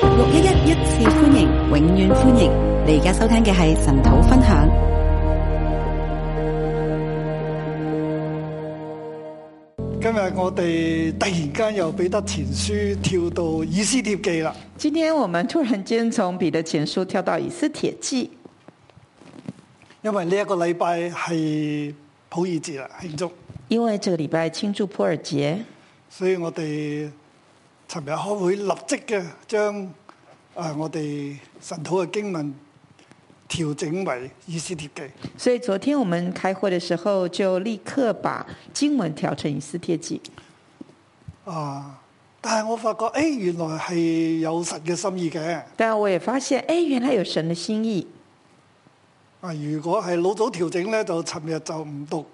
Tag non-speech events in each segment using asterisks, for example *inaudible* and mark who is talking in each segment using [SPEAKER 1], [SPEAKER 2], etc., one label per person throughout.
[SPEAKER 1] 六一一一次歡迎，永遠歡迎！你而家收聽嘅係神土分享。
[SPEAKER 2] 今日我哋突然間由彼得前書跳到以斯帖記啦。
[SPEAKER 3] 今天我们突然间从彼得前书跳到以斯帖记，
[SPEAKER 2] 因為呢一個禮拜係普爾節啦，慶祝，
[SPEAKER 3] 因为这个礼拜庆祝普洱节，
[SPEAKER 2] 所以我哋尋日開會立即嘅將啊我哋神土嘅經文調整為以斯帖記。
[SPEAKER 3] 所以昨天我们开会的时候就立刻把经文调成以斯帖记。
[SPEAKER 2] 啊，但係我發覺，誒、原來係有神嘅心意嘅。
[SPEAKER 3] 但我也发现，哎，原来有神的心意。
[SPEAKER 2] 啊，如果係老早調整咧，就尋日就唔讀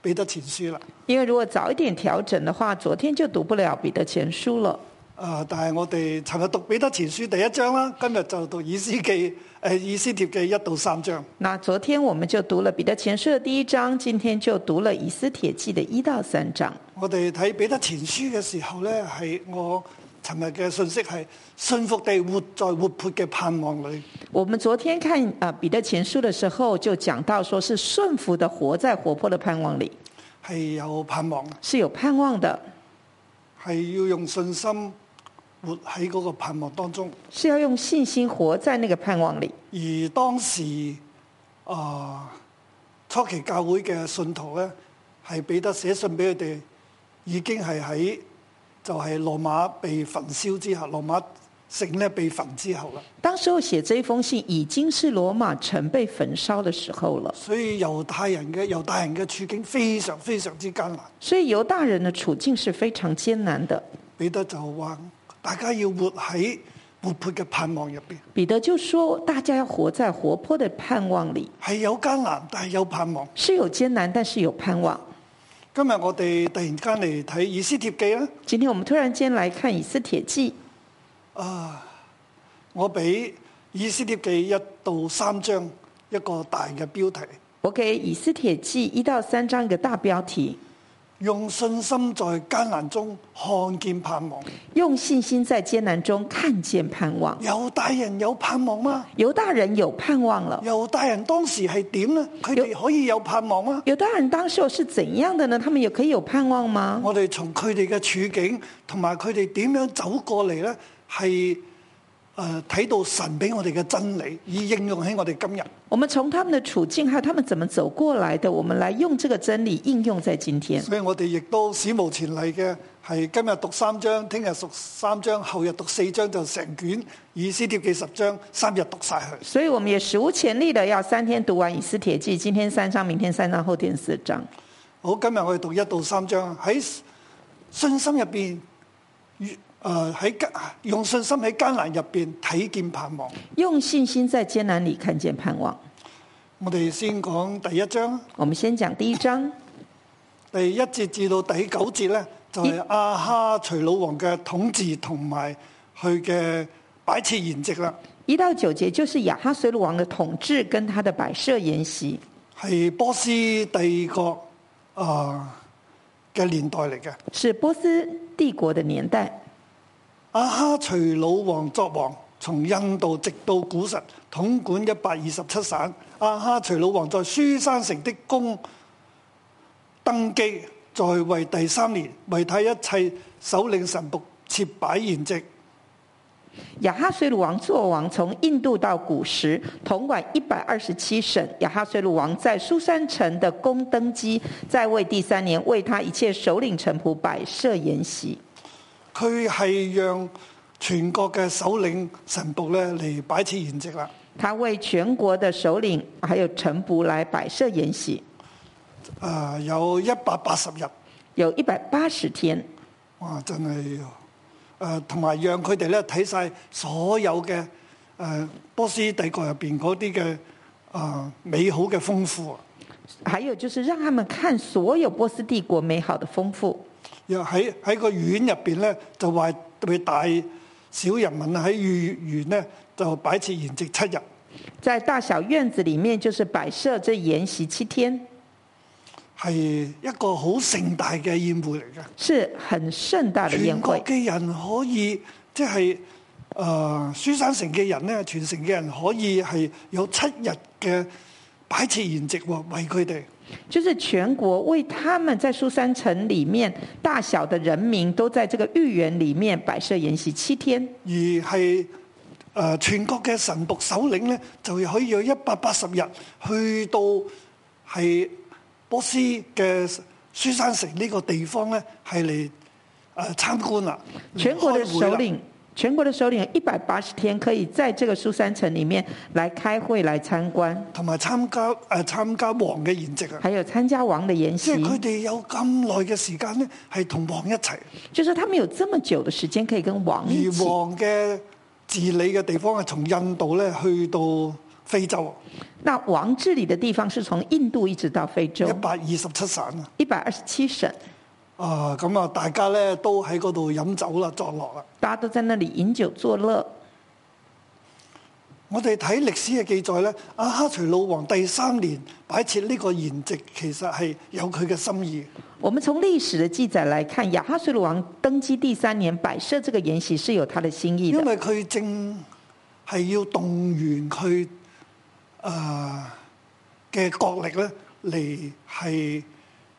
[SPEAKER 2] 彼得前書啦。
[SPEAKER 3] 因为如果早一点调整的话，昨天就读不了彼得前书了。
[SPEAKER 2] 啊！但係我哋尋日讀彼得前書第一章啦，今日就讀以斯記誒、呃以斯帖記一到三章。
[SPEAKER 3] 那昨天我们就讀了彼得前書的第一章，今天就讀了以斯帖記的一到三章。
[SPEAKER 2] 我哋睇彼得前書嘅時候呢，係我尋日嘅信息係信服地活在活潑嘅盼望裏。
[SPEAKER 3] 我們昨天看啊彼得前書的時候，就講到說是順服的活在活潑的盼望裡，
[SPEAKER 2] 係有盼望，
[SPEAKER 3] 是有盼望的，
[SPEAKER 2] 係要用信心活喺嗰個盼望當中。
[SPEAKER 3] 是要用信心活在那個盼望裡。
[SPEAKER 2] 而當時啊、初期教會嘅信徒呢，係彼得寫信俾佢哋，已經係喺就係、羅馬被焚燒之後，羅馬城呢被焚之後啦。
[SPEAKER 3] 當時候寫這封信已經是羅馬城被焚燒的時候了，
[SPEAKER 2] 所以猶太人嘅猶太人嘅處境非常非常之艱難。
[SPEAKER 3] 所以猶大人的處境是非常艱難的。
[SPEAKER 2] 彼得就話：大家要活喺活潑嘅盼望入邊，
[SPEAKER 3] 彼得就說：大家要活在活潑的盼望裡，
[SPEAKER 2] 係有艱難，但係有盼望。
[SPEAKER 3] 是有艱難，但是有盼望。
[SPEAKER 2] 今日我哋突然間嚟睇以斯帖記啊啦。
[SPEAKER 3] 今天我们突然间来看《以斯帖记》，
[SPEAKER 2] 我俾以斯帖記一到三章一個大嘅標題，
[SPEAKER 3] 我给《以斯帖记》一到三章一个大标题：
[SPEAKER 2] 用信心在艱難中看見盼望。
[SPEAKER 3] 用信心在艰难中看见盼望。
[SPEAKER 2] 猶大人有盼望嗎？
[SPEAKER 3] 犹大人有盼望了。
[SPEAKER 2] 猶大人當時係點呢？佢哋可以有盼望嗎？
[SPEAKER 3] 犹大人当时候是怎样的呢？他们有可以有盼望吗？
[SPEAKER 2] 我哋從佢哋嘅處境同埋佢哋點樣走過嚟呢，係誒睇到神俾我哋嘅真理，以應用喺我哋今日。
[SPEAKER 3] 我们从他们的处境，还有他们怎么走过来的，我们来用这个真理应用在今天。
[SPEAKER 2] 所以我哋亦都史無前例嘅係今日讀三章，聽日讀三章，後日讀四章就成卷以斯帖記十章，三日讀晒佢。
[SPEAKER 3] 所以我们也史无前例的要三天读完《以斯帖记》，今天三章，明天三章，后天四章。
[SPEAKER 2] 好，今日我哋讀一到三章喺信心入邊，誒喺艱用信心喺艱難入邊睇見盼望。
[SPEAKER 3] 用信心在艰难里看见盼望。
[SPEAKER 2] 我哋先講第一章，
[SPEAKER 3] 我们先讲第一章。
[SPEAKER 2] 第一節至到第九節呢，就係、阿哈隨魯王嘅統治同埋佢嘅擺設筵席啦，
[SPEAKER 3] 一到九节就是亚哈随鲁王的统治跟他的摆设筵席，
[SPEAKER 2] 係波斯帝國啊嘅、年代嚟嘅。
[SPEAKER 3] 是波斯帝国的年代。
[SPEAKER 2] 阿哈隨魯王作王，從印度直到古實，統管一百二十七省。阿哈隨魯王在書山城的宮登基，在位第三年，為他一切首領神仆設擺筵席。
[SPEAKER 3] 亚哈随鲁王作王，从印度到古时，统管一百二十七省。亚哈随鲁王在苏珊城的宫登基，在位第三年，为他一切首领臣仆摆设筵席。
[SPEAKER 2] 佢係讓全國嘅首領神仆咧嚟擺設筵席啦。
[SPEAKER 3] 他为全国的首领还有臣仆来摆设筵席，
[SPEAKER 2] 誒、啊有一百八十日，
[SPEAKER 3] 有一百八十天，
[SPEAKER 2] 哇！真係誒，同、埋讓佢哋咧睇晒所有嘅誒、波斯帝國入邊嗰啲嘅誒美好嘅豐富啊！
[SPEAKER 3] 还有就是让他们看所有波斯帝国美好的丰富。
[SPEAKER 2] 又喺喺個院入邊咧，就話對大小人民喺御園咧就擺設筵席七日。
[SPEAKER 3] 在大小院子里面，就是摆设这筵席七天，
[SPEAKER 2] 係一個好盛大嘅宴會嚟嘅，
[SPEAKER 3] 是很盛大的宴
[SPEAKER 2] 全國
[SPEAKER 3] 会。
[SPEAKER 2] 嘅人可以即係誒、書山城嘅人咧，全城嘅人可以係有七日嘅擺設筵席喎，為佢哋。
[SPEAKER 3] 就是全国为他们在苏珊城里面大小的人民都在这个御园里面摆设筵席七天，
[SPEAKER 2] 而係誒、呃全國嘅神仆首領咧，就可以有一百八十日去到係波斯嘅書山城呢個地方咧，係嚟誒參觀啦，
[SPEAKER 3] 全国的
[SPEAKER 2] 嚟開會啦
[SPEAKER 3] 首領，全国的首领一百八十天可以在这个苏珊城里面来开会、来参观，
[SPEAKER 2] 同埋參加誒、呃、參加王嘅筵席啊！
[SPEAKER 3] 还有参加王的筵
[SPEAKER 2] 即
[SPEAKER 3] 席
[SPEAKER 2] 係，佢哋有咁耐嘅時間咧，係同王一齊，
[SPEAKER 3] 就是他们有这么久的时间可以跟王一
[SPEAKER 2] 而
[SPEAKER 3] 起。
[SPEAKER 2] 王嘅治理嘅地方係從印度咧去到非洲
[SPEAKER 3] 那王治理的地方是从印度一直到非洲
[SPEAKER 2] 一，百二十七省啊！
[SPEAKER 3] 一百二十七省，
[SPEAKER 2] 啊，咁啊，大家咧都喺嗰度飲酒啦、作樂啦。
[SPEAKER 3] 大家都在那里饮酒作乐。
[SPEAKER 2] 我哋睇歷史嘅記載咧，阿哈隨魯王第三年擺設呢個筵席，其實係有佢嘅心意。
[SPEAKER 3] 我们从历史的记载来看，亚哈随鲁王登基第三年摆设这个筵席是有他的心意
[SPEAKER 2] 因
[SPEAKER 3] 的，
[SPEAKER 2] 為佢正係要動員佢誒嘅國力咧，嚟係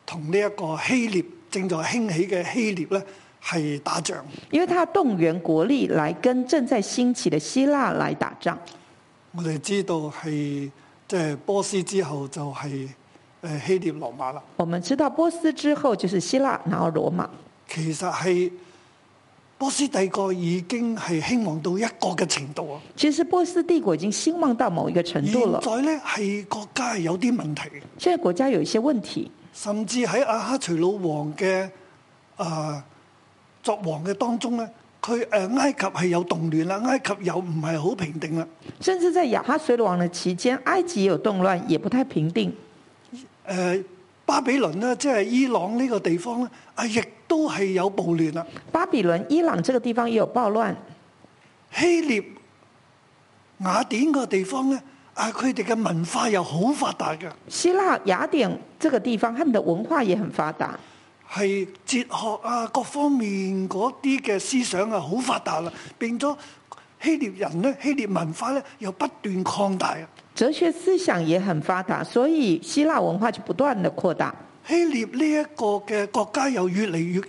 [SPEAKER 2] 同呢一個希臘正在興起嘅希臘咧係打仗。
[SPEAKER 3] 因为他要动员国力来跟正在兴起的希腊来打仗。
[SPEAKER 2] 我哋知道係即係波斯之後就係誒希臘羅馬啦。
[SPEAKER 3] 我们知道波斯之后就是希腊，然后罗马。
[SPEAKER 2] 其實係波斯帝國已經係興旺到一個嘅程度啊！
[SPEAKER 3] 其实波斯帝国已经兴旺到某一个程
[SPEAKER 2] 現
[SPEAKER 3] 度了，
[SPEAKER 2] 在咧係國家係有啲問題，
[SPEAKER 3] 现在国家有一些问题，
[SPEAKER 2] 甚至喺阿哈隨魯王嘅啊作王嘅當中咧，佢誒埃及係有動亂啦，埃及又唔係好平定啦。
[SPEAKER 3] 甚至在亚哈随鲁王的期间，埃及有动乱，也不太平定。
[SPEAKER 2] 誒、呃巴比倫咧，即係伊朗呢個地方咧，啊亦都係有暴亂啦。
[SPEAKER 3] 巴比伦、伊朗这个地方也有暴乱，
[SPEAKER 2] 希臘雅典個地方咧，啊佢哋嘅文化又好發達嘅。
[SPEAKER 3] 希腊雅典这个地方他们的文化也很发达。
[SPEAKER 2] 係哲學啊，各方面嗰啲嘅思想啊，好發達啦，變咗希臘人咧，希臘文化咧又不斷擴大啊。
[SPEAKER 3] 哲学思想也很发达，所以希腊文化就不断的扩大。
[SPEAKER 2] 希臘呢一個嘅國家又越嚟越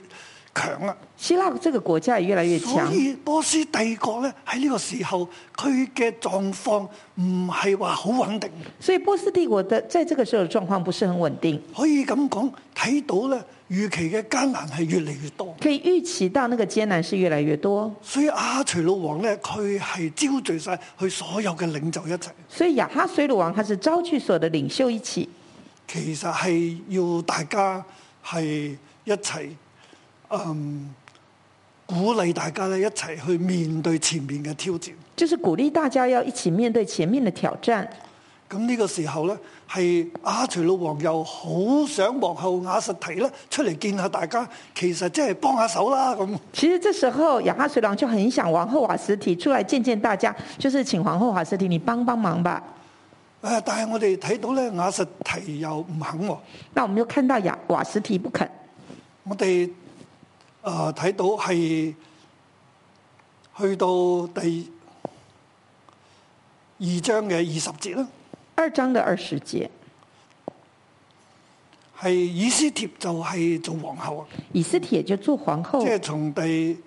[SPEAKER 2] 強啦，
[SPEAKER 3] 希腊这个国家也越来越
[SPEAKER 2] 所
[SPEAKER 3] 强，
[SPEAKER 2] 以波斯帝國咧喺呢個時候佢嘅狀況唔係話好穩定，
[SPEAKER 3] 所以波斯帝国的在这个时候的状况不是很稳定，
[SPEAKER 2] 可以咁講，睇到咧預期嘅艱難係越嚟越多，
[SPEAKER 3] 可以预期到那个艰难是越来越多。
[SPEAKER 2] 所以阿徐老王咧佢係招聚晒佢所有嘅領袖一齊。
[SPEAKER 3] 所以亚哈水鲁王他是招聚所的领袖一起，
[SPEAKER 2] 其實係要大家係一齊，嗯，鼓勵大家咧一齊去面對前面嘅挑戰。
[SPEAKER 3] 就是鼓励大家要一起面对前面的挑战。
[SPEAKER 2] 咁呢個時候咧，係阿徐老王又好想皇后雅實提咧出嚟見下大家，其實即係幫下手啦咁。
[SPEAKER 3] 其实这时候亚哈水鲁王就很想王后瓦实提出来见见大家，就是请皇后瓦实提你帮帮忙吧。
[SPEAKER 2] 誒，啊但係我哋睇到咧，雅實提又唔肯喎。
[SPEAKER 3] 那我们就看到亚瓦实提不肯，
[SPEAKER 2] 我哋誒睇到係去到第二章嘅二十節啦。
[SPEAKER 3] 二章的二十节。
[SPEAKER 2] 係以斯帖就係做皇后啊，
[SPEAKER 3] 以斯帖就做皇后
[SPEAKER 2] 即，係從第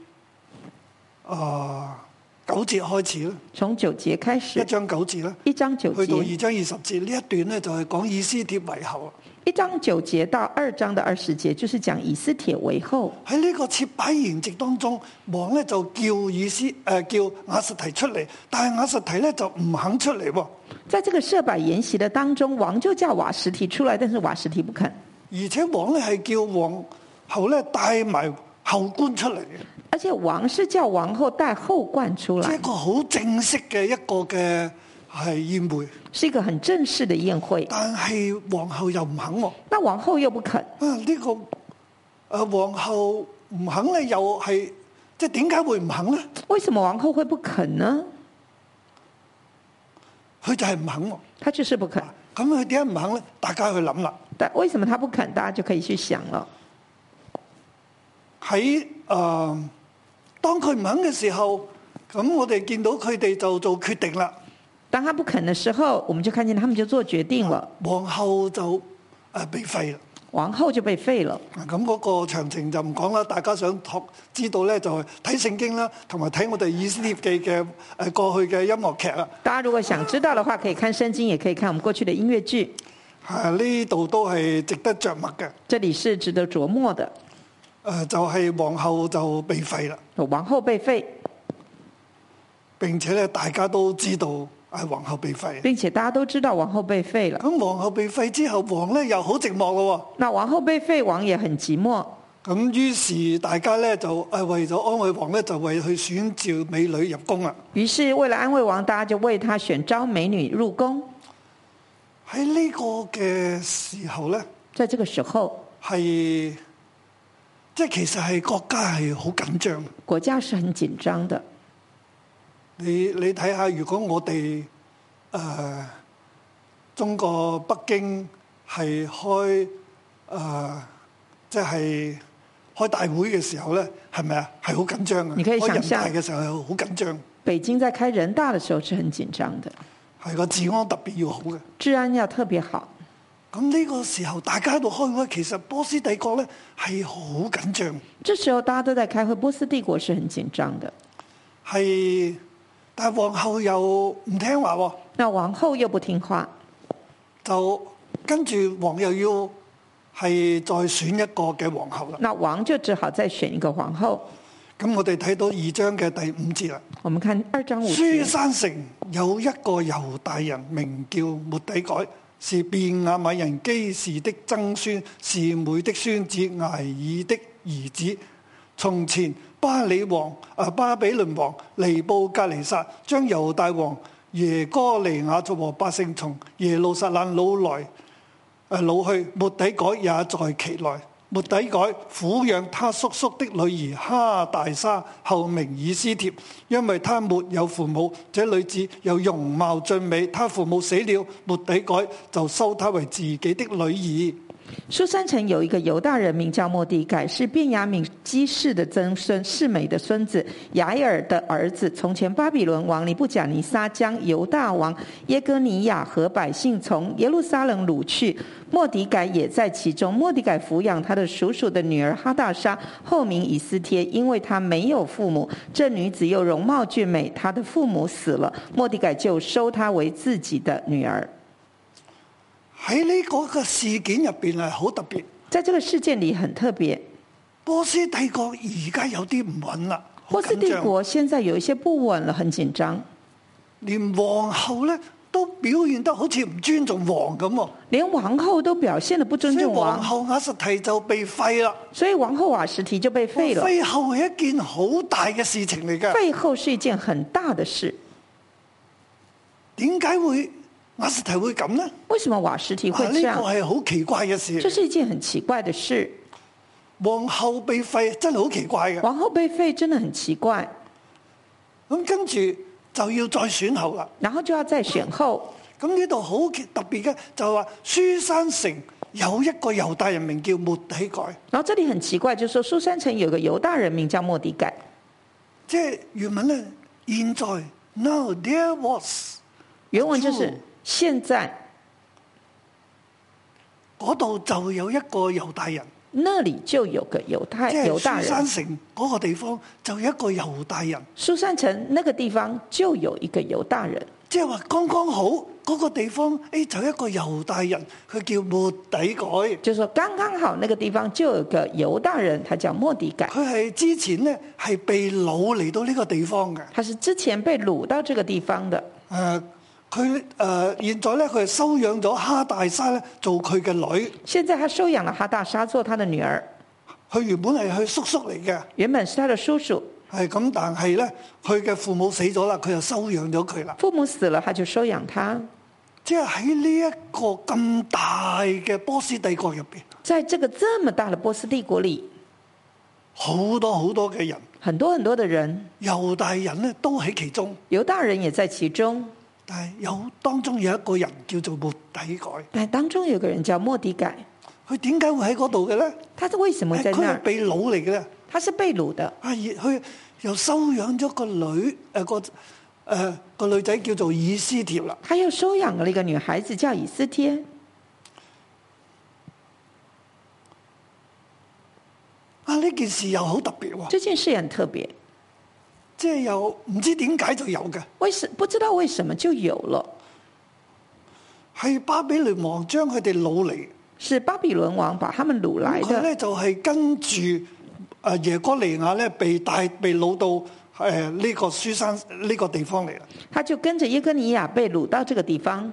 [SPEAKER 2] 啊、九節開始啦，
[SPEAKER 3] 从九节开
[SPEAKER 2] 一
[SPEAKER 3] 始，
[SPEAKER 2] 章九節啦，
[SPEAKER 3] 一章九
[SPEAKER 2] 去到二
[SPEAKER 3] 节，
[SPEAKER 2] 章二十節呢一段咧就係講以斯帖為后啊。
[SPEAKER 3] 一章九节到二章的二十节，就是讲以斯帖为后。
[SPEAKER 2] 喺呢個設擺筵席當中，王咧就叫以斯誒、呃叫亞實提出嚟，但係亞實提咧就唔肯出嚟喎，
[SPEAKER 3] 在这个设摆筵席的当中，王就叫瓦实提出来，但是瓦实提不肯，
[SPEAKER 2] 而且王咧係叫皇后咧帶埋後官出嚟嘅，
[SPEAKER 3] 而且王是叫王后带后冠出
[SPEAKER 2] 即係一
[SPEAKER 3] 来，
[SPEAKER 2] 個好正式嘅一個嘅係宴會，
[SPEAKER 3] 是一个很正式的宴会。
[SPEAKER 2] 但係皇后又唔肯喎。
[SPEAKER 3] 那王后又不肯，
[SPEAKER 2] 啊！呢、個啊皇后唔肯咧，又係即係點解會唔肯咧？
[SPEAKER 3] 为什么王后会不肯呢？
[SPEAKER 2] 佢就係唔肯喎。
[SPEAKER 3] 她就是不肯。
[SPEAKER 2] 咁佢點解唔肯咧？大家去諗啦。
[SPEAKER 3] 但为什么她不肯？大家就可以去想了。
[SPEAKER 2] 喺誒、呃，當佢唔肯嘅時候，咁我哋見到佢哋就做決定啦。
[SPEAKER 3] 当他不肯的时候，我们就看见他们就做决定了，
[SPEAKER 2] 皇后就誒被廢啦。
[SPEAKER 3] 王后就被废了。
[SPEAKER 2] 啊咁嗰個詳情就唔講啦，大家想學知道咧就係睇聖經啦，同埋睇我哋以斯帖記嘅誒過去嘅音樂劇啦。
[SPEAKER 3] 大家如果想知道的话，可以看圣经，也可以看我们过去的音乐剧，
[SPEAKER 2] 啊，呢度都係值得着墨嘅。誒、
[SPEAKER 3] 这里是值得琢磨的。
[SPEAKER 2] 就係、皇后就被廢啦，
[SPEAKER 3] 王后被废，
[SPEAKER 2] 並且咧大家都知道係皇后被廢。
[SPEAKER 3] 并且大家都知道王后被废了。
[SPEAKER 2] 咁皇后被廢之後，王咧又好寂寞咯
[SPEAKER 3] 那王后被废，王也很寂寞。
[SPEAKER 2] 喎。咁於是大家咧就誒為咗安慰王咧，就為佢選召美女入宮啦。
[SPEAKER 3] 于是为了安慰王，大家就为他选招美女入宫。
[SPEAKER 2] 喺呢個嘅時候咧，
[SPEAKER 3] 在这个时候，
[SPEAKER 2] 係即係其實係國家係好緊張。
[SPEAKER 3] 国家是很紧张的。
[SPEAKER 2] 你你睇下，如果我哋誒、呃中國北京係開誒、呃即係開大會嘅時候咧，係咪啊？係好緊張嘅。
[SPEAKER 3] 你可以
[SPEAKER 2] 開
[SPEAKER 3] 想
[SPEAKER 2] 人
[SPEAKER 3] 象
[SPEAKER 2] 大嘅時候係好緊張，
[SPEAKER 3] 北京在开人大的时候是很紧张的，
[SPEAKER 2] 係個治安特別要好嘅。
[SPEAKER 3] 治安要特別好。
[SPEAKER 2] 咁呢個時候大家喺度開會，其實波斯帝國咧係好緊張，
[SPEAKER 3] 这时候大家都在开会，波斯帝国是很紧张的。
[SPEAKER 2] 係但係皇后又唔聽話喎，
[SPEAKER 3] 那王后又不听话，
[SPEAKER 2] 就跟住王又要係再選一個嘅皇后啦。
[SPEAKER 3] 那王就只好再选一个皇后。
[SPEAKER 2] 咁我哋睇到二章嘅第五節啦。
[SPEAKER 3] 我们看二章五
[SPEAKER 2] 書
[SPEAKER 3] 节，
[SPEAKER 2] 山城有一個猶大人，名叫末底改，是便雅米人基士的曾孫，是妹的孫子艾爾的兒子。從前巴里王啊巴比倫王尼布格尼撒將猶大王耶哥尼雅族和百姓從耶路撒冷擄來誒呃老去，末底改也在其內。末底改撫養他叔叔的女兒哈大沙，後名以斯帖，因為他沒有父母。這女子又容貌俊美，她父母死了，末底改就收她為自己的女兒。
[SPEAKER 3] 苏珊城有一个犹大人名叫莫迪改，是便雅敏基士的曾孙，世美的孙子，雅尔的儿子。从前巴比伦王尼布贾尼撒将犹大王耶哥尼雅和百姓从耶路撒冷掳去，莫迪改也在其中。莫迪改抚养他的叔叔的女儿哈大莎，后名以斯帖，因为她没有父母。这女子又容貌俊美，她的父母死了，莫迪改就收她为自己的女儿。
[SPEAKER 2] 喺呢嗰個事件入邊係啊好特別，
[SPEAKER 3] 在这个事件里很特别。
[SPEAKER 2] 波斯帝國而家有啲唔穩啦，好
[SPEAKER 3] 波斯
[SPEAKER 2] 緊
[SPEAKER 3] 帝
[SPEAKER 2] 張。
[SPEAKER 3] 国现在有一些不稳了，很紧张，
[SPEAKER 2] 連皇后呢都表現得好似唔尊重王咁喎，
[SPEAKER 3] 连王后都表现得不尊
[SPEAKER 2] 所以
[SPEAKER 3] 重
[SPEAKER 2] 皇
[SPEAKER 3] 王，
[SPEAKER 2] 后瓦實提就被廢啦。
[SPEAKER 3] 所以王后瓦什提就被废了。
[SPEAKER 2] 废后系一件好大嘅事情嚟噶，
[SPEAKER 3] 废后是一件很大的事，
[SPEAKER 2] 点解会雅士提会咁呢？
[SPEAKER 3] 为什么瓦什提会
[SPEAKER 2] 啊
[SPEAKER 3] 这
[SPEAKER 2] 呢、
[SPEAKER 3] 样
[SPEAKER 2] 個？个系好奇怪嘅
[SPEAKER 3] 这
[SPEAKER 2] 事。
[SPEAKER 3] 是一件很奇怪的事。
[SPEAKER 2] 皇后被废真系好奇怪嘅。
[SPEAKER 3] 王后被废真的很奇怪，
[SPEAKER 2] 咁跟住就要再选后啦。
[SPEAKER 3] 然后就要再选后。
[SPEAKER 2] 咁呢度好奇特别嘅就话书山城有一个犹大人名叫末底改，
[SPEAKER 3] 然后这里很奇怪，就是说苏珊城有个犹大人名叫莫迪改，
[SPEAKER 2] 即系原文咧。现在 now there was
[SPEAKER 3] 原文就
[SPEAKER 2] 哦
[SPEAKER 3] 是现在
[SPEAKER 2] 嗰度就有一个犹大人，
[SPEAKER 3] 那里就有个犹太
[SPEAKER 2] 即系
[SPEAKER 3] 犹
[SPEAKER 2] 书
[SPEAKER 3] 大
[SPEAKER 2] 山
[SPEAKER 3] 人。
[SPEAKER 2] 城嗰个地方就有一个犹大人。
[SPEAKER 3] 苏珊城那个地方就有一个犹大人。
[SPEAKER 2] 即係話剛剛好嗰、個地方，誒就有一個猶大人，佢叫末底改，佢
[SPEAKER 3] 就说刚刚好那个地方就有个犹大人，他叫莫迪改，
[SPEAKER 2] 係之前呢係被掳嚟到呢個地方嘅，誒、
[SPEAKER 3] 他是之前被掳到这个地方的。
[SPEAKER 2] 佢誒、呃、現在咧佢係收養咗哈大沙咧做佢嘅女，
[SPEAKER 3] 现在他收养了哈大沙做他的女儿，
[SPEAKER 2] 佢原本係佢叔叔嚟嘅，
[SPEAKER 3] 原本是他的叔叔，
[SPEAKER 2] 係咁，但係咧佢嘅父母死咗啦，佢就收養咗佢啦，
[SPEAKER 3] 父母死了，他就收养他。
[SPEAKER 2] 即係喺呢一個咁大嘅波斯帝國入邊，
[SPEAKER 3] 在这个这么大的波斯帝国里，
[SPEAKER 2] 好多好多嘅人，
[SPEAKER 3] 很多很多的人，
[SPEAKER 2] 猶大人咧都喺其中。
[SPEAKER 3] 犹大人也在其中，
[SPEAKER 2] 但係有當中有一個人叫做末底改，
[SPEAKER 3] 但当中有个人叫莫迪改，
[SPEAKER 2] 佢點解會喺嗰度嘅咧？
[SPEAKER 3] 他是为什么
[SPEAKER 2] 係
[SPEAKER 3] 在
[SPEAKER 2] 佢
[SPEAKER 3] 那
[SPEAKER 2] 係
[SPEAKER 3] 儿？
[SPEAKER 2] 被掳嚟嘅咧，啊
[SPEAKER 3] 他是被掳的，
[SPEAKER 2] 啊，而佢又收養咗個女，誒、個誒、個女仔叫做以斯帖啦。
[SPEAKER 3] 他又收养了一个女孩子叫以斯帖。
[SPEAKER 2] 啊，呢件事又好特別喎，
[SPEAKER 3] 这件事也很特别，
[SPEAKER 2] 即係又唔知點解就有嘅，
[SPEAKER 3] 为什不知道为什么就有了？
[SPEAKER 2] 係巴比倫王將佢哋擄嚟，
[SPEAKER 3] 是巴比伦王把他们掳来
[SPEAKER 2] 咁佢
[SPEAKER 3] 的。
[SPEAKER 2] 咧就係、跟住誒耶哥尼亞咧被帶被擄到誒呢個書山呢、個地方嚟啦。
[SPEAKER 3] 他就跟着耶哥尼亚被掳到这个地方。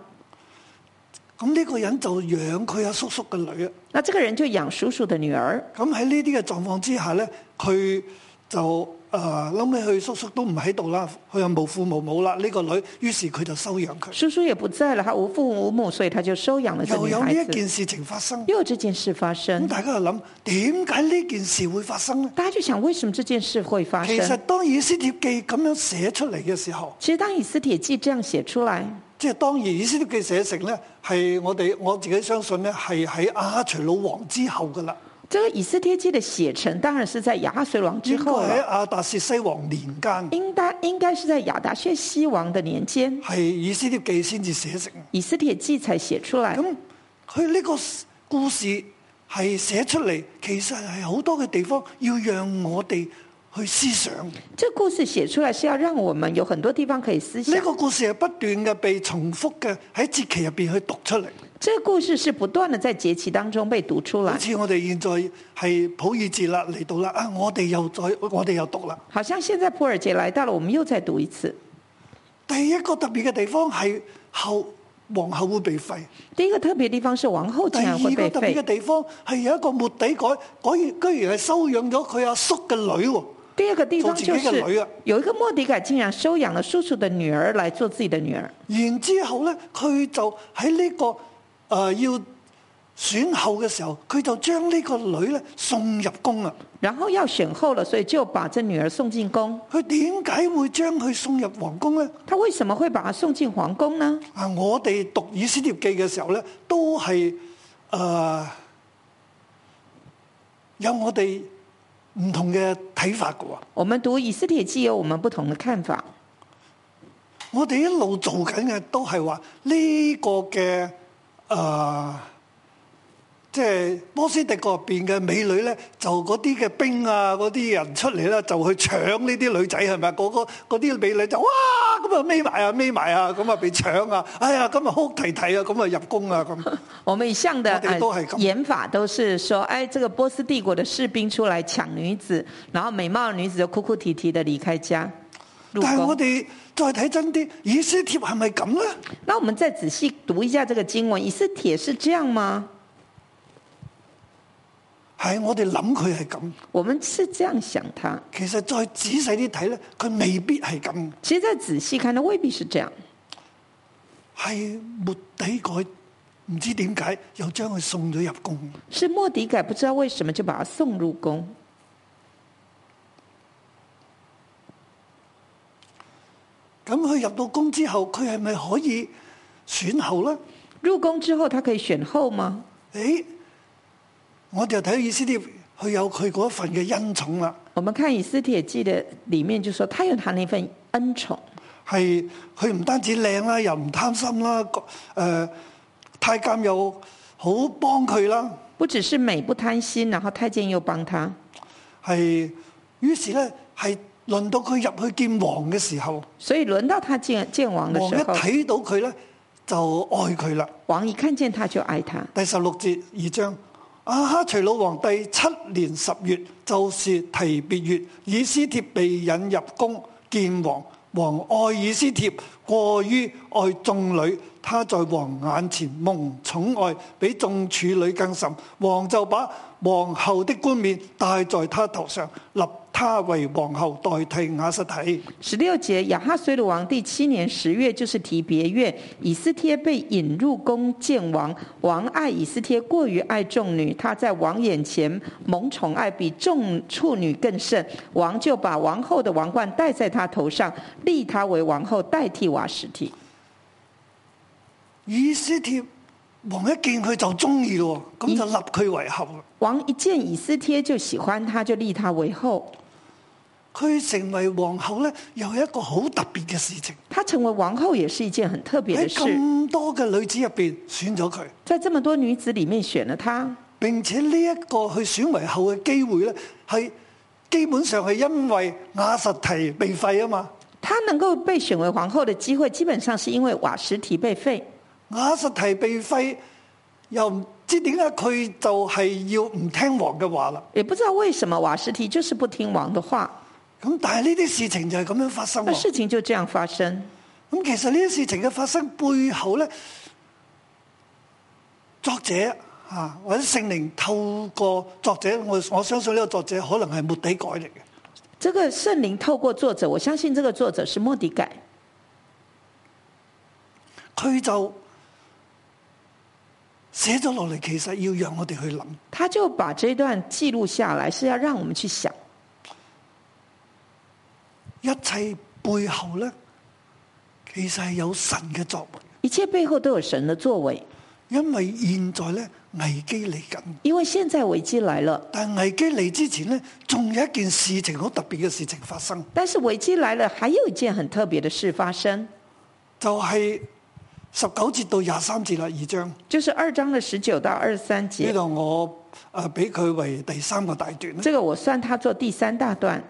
[SPEAKER 2] 咁呢個人就養佢阿叔叔嘅女啊。
[SPEAKER 3] 那这个人就养叔叔的女儿。
[SPEAKER 2] 咁喺呢啲嘅狀況之下咧，佢就誒諗起佢叔叔都唔喺度啦，佢又無父無母啦，呢、個女，於是佢就收養佢。
[SPEAKER 3] 叔叔也不在了，他无父无母，所以他就收养了这
[SPEAKER 2] 又
[SPEAKER 3] 女
[SPEAKER 2] 有呢
[SPEAKER 3] 孩
[SPEAKER 2] 一
[SPEAKER 3] 子。
[SPEAKER 2] 件事情發生，
[SPEAKER 3] 又有这件事发
[SPEAKER 2] 咁
[SPEAKER 3] 生，
[SPEAKER 2] 大家就諗點解呢件事會發生呢？
[SPEAKER 3] 大家就想为什么这件事会发
[SPEAKER 2] 其實
[SPEAKER 3] 生？
[SPEAKER 2] 當以斯帖記咁樣寫出嚟嘅時候，
[SPEAKER 3] 其实当以斯帖记這樣寫出來，
[SPEAKER 2] 即係當然以斯帖記寫成呢，係我哋我自己相信呢，係喺亞哈隨魯王之後噶啦，
[SPEAKER 3] 这个以斯帖记的寫成當然是在亞哈水王之
[SPEAKER 2] 應該
[SPEAKER 3] 後
[SPEAKER 2] 喺
[SPEAKER 3] 了，
[SPEAKER 2] 亞達薛西王年間，
[SPEAKER 3] 應該應該是在亞達薛西王的年間，
[SPEAKER 2] 係以斯帖記先至寫成。
[SPEAKER 3] 以斯帖记才寫出來。
[SPEAKER 2] 咁佢呢個故事係寫出嚟，其實係好多嘅地方要讓我哋去思想。呢、
[SPEAKER 3] 这故事寫出來是要讓我們有很多地方可以思想。
[SPEAKER 2] 個故事係不斷嘅被重複嘅喺節期入邊去讀出嚟，
[SPEAKER 3] 这个故事是不斷的在節期當中被讀出來
[SPEAKER 2] 好，似我哋現在係普爾節啦嚟到啦，啊我哋又再我哋又讀啦。
[SPEAKER 3] 好像現在普爾節來到了，我們又再讀一次。
[SPEAKER 2] 第一個特別嘅地方係後皇后會被廢，
[SPEAKER 3] 第一個特別地方是王后
[SPEAKER 2] 第
[SPEAKER 3] 竟然會
[SPEAKER 2] 二個
[SPEAKER 3] 被
[SPEAKER 2] 特別嘅
[SPEAKER 3] 廢，
[SPEAKER 2] 地方係有一個末底改，改居然係收養咗佢阿叔嘅女喎。
[SPEAKER 3] 第二個地方就
[SPEAKER 2] 做自己嘅女啊
[SPEAKER 3] 是有一個莫迪改竟然收養了叔叔的女兒來做自己的女兒。
[SPEAKER 2] 然之後咧，佢就喺呢、個呃要選後嘅時候，佢就將呢個女咧送入宮啦。
[SPEAKER 3] 然後要選後了，所以就把這女兒送進宮。
[SPEAKER 2] 佢點解會將佢送入皇宮咧？
[SPEAKER 3] 他為什麼會把她送進皇宮呢？
[SPEAKER 2] 啊，我哋讀以斯帖記嘅時候咧，都係呃有我哋唔同嘅睇法嘅喎。
[SPEAKER 3] 我們讀以斯帖記有我們不同的看法。
[SPEAKER 2] 我哋一路做緊嘅都係話呢個嘅誒，即係波斯帝國入邊嘅美女咧，就嗰啲嘅兵啊，嗰啲人出嚟咧，就去搶呢啲女仔係咪？啊嗰個嗰啲美女就哇咁啊孭埋啊孭埋啊，咁啊被搶啊，哎呀咁啊哭啼啼啊，咁啊入宮啊咁。
[SPEAKER 3] 我們一向的呃
[SPEAKER 2] 我哋都係咁
[SPEAKER 3] 演法都是說，哎，這個波斯帝國的士兵出來搶女子，然後美貌的女子就哭哭啼啼的離開家， *laughs* 入
[SPEAKER 2] 但係我
[SPEAKER 3] 宮。
[SPEAKER 2] 哋再睇真啲，以斯帖係咪咁咧？
[SPEAKER 3] 那我們再仔細讀一下這個經文，以斯帖是這樣嗎？
[SPEAKER 2] 係我哋諗佢係咁，
[SPEAKER 3] 我們是這樣想他，
[SPEAKER 2] 其實再仔細啲睇咧，佢未必係咁，
[SPEAKER 3] 其實再仔細看，他未必是這樣。
[SPEAKER 2] 係末底改，唔知點解又將佢送咗入宮。
[SPEAKER 3] 是莫迪改不知道為什麼就把他送入宮。
[SPEAKER 2] 咁佢入到宮之後，佢係咪可以選後呢？
[SPEAKER 3] 入宮之後，他可以選後嗎？
[SPEAKER 2] 誒，我哋又睇到以斯帖，佢有佢嗰一份嘅恩寵啦，
[SPEAKER 3] 我們看以斯帖記的裡面就說，他有他那份恩寵，
[SPEAKER 2] 係佢唔單止靚啦，又唔貪心啦，誒、太監又好幫佢啦，
[SPEAKER 3] 不只是美不貪心，然後太監又幫他。
[SPEAKER 2] 係於是呢，係輪到佢入去見王嘅時候，
[SPEAKER 3] 所以輪到他見見王的
[SPEAKER 2] 王一
[SPEAKER 3] 時候，
[SPEAKER 2] 睇到佢呢，就愛佢啦。
[SPEAKER 3] 王一看見他就愛他。
[SPEAKER 2] 第十六節二章，阿哈隨魯王第七年十月，就是提別月，以斯帖被引入宮見王。王愛以斯帖過於愛眾女，他在王眼前蒙寵愛，比眾處女更甚。王就把皇后的冠冕戴在他頭上，立他為皇后，代替瓦實提。
[SPEAKER 3] 十六節，亞哈隨魯王第七年十月，就是提別月，以斯帖被引入宮見王。王愛以斯帖過於愛眾女，他在王眼前蒙寵愛，比眾處女更甚。王就把王后的王冠戴在他頭上，立他為王后，代替瓦實提。
[SPEAKER 2] 以斯帖王一見佢就中意咯，咁就立佢為后啦。
[SPEAKER 3] 王一見以斯帖就喜歡他，就立他為後。
[SPEAKER 2] 佢成為皇后咧，又係一個好特別嘅事情。
[SPEAKER 3] 她成为王后也是一件很特别
[SPEAKER 2] 喺
[SPEAKER 3] 的事，
[SPEAKER 2] 咁多嘅女子入邊選咗佢，
[SPEAKER 3] 在这么多女子里面选了她，
[SPEAKER 2] 並且呢一個去選為后嘅機會咧，係基本上係因為雅實提被廢啊嘛。
[SPEAKER 3] 她能够被选为皇后的机会，基本上是因为瓦什提被废。
[SPEAKER 2] 雅實提被廢，又唔知點解佢就係要唔聽王嘅話啦。
[SPEAKER 3] 也不知道为什么瓦什提就是不听王的话，
[SPEAKER 2] 咁但係呢啲事情就係咁樣發生
[SPEAKER 3] 那
[SPEAKER 2] 喎。
[SPEAKER 3] 事情就这样发生。
[SPEAKER 2] 咁其實呢啲事情嘅發生背後咧，作者啊或者聖靈透過作者，我我相信呢個作者可能係末底改嚟嘅，
[SPEAKER 3] 这个圣灵透过作者，我相信这个作者是莫迪改，
[SPEAKER 2] 佢就寫咗落嚟，其實要讓我哋去諗。
[SPEAKER 3] 他就把这段记录下来，是要让我们去想，
[SPEAKER 2] 一切背後咧，其實係有神嘅作為，
[SPEAKER 3] 一切背后都有神的作为。
[SPEAKER 2] 因為現在咧危機嚟緊，
[SPEAKER 3] 因为现在危机来了，
[SPEAKER 2] 但危機嚟之前咧，仲有一件事情好特別嘅事情發生。
[SPEAKER 3] 但是危机来了，还有一件很特别的事发生，
[SPEAKER 2] 就係十九節到廿三節啦，二章
[SPEAKER 3] 就是二章的十九到二十三
[SPEAKER 2] 呢
[SPEAKER 3] 节，
[SPEAKER 2] 度我誒俾佢為第三個大段咧，
[SPEAKER 3] 这个我算他做第三大段。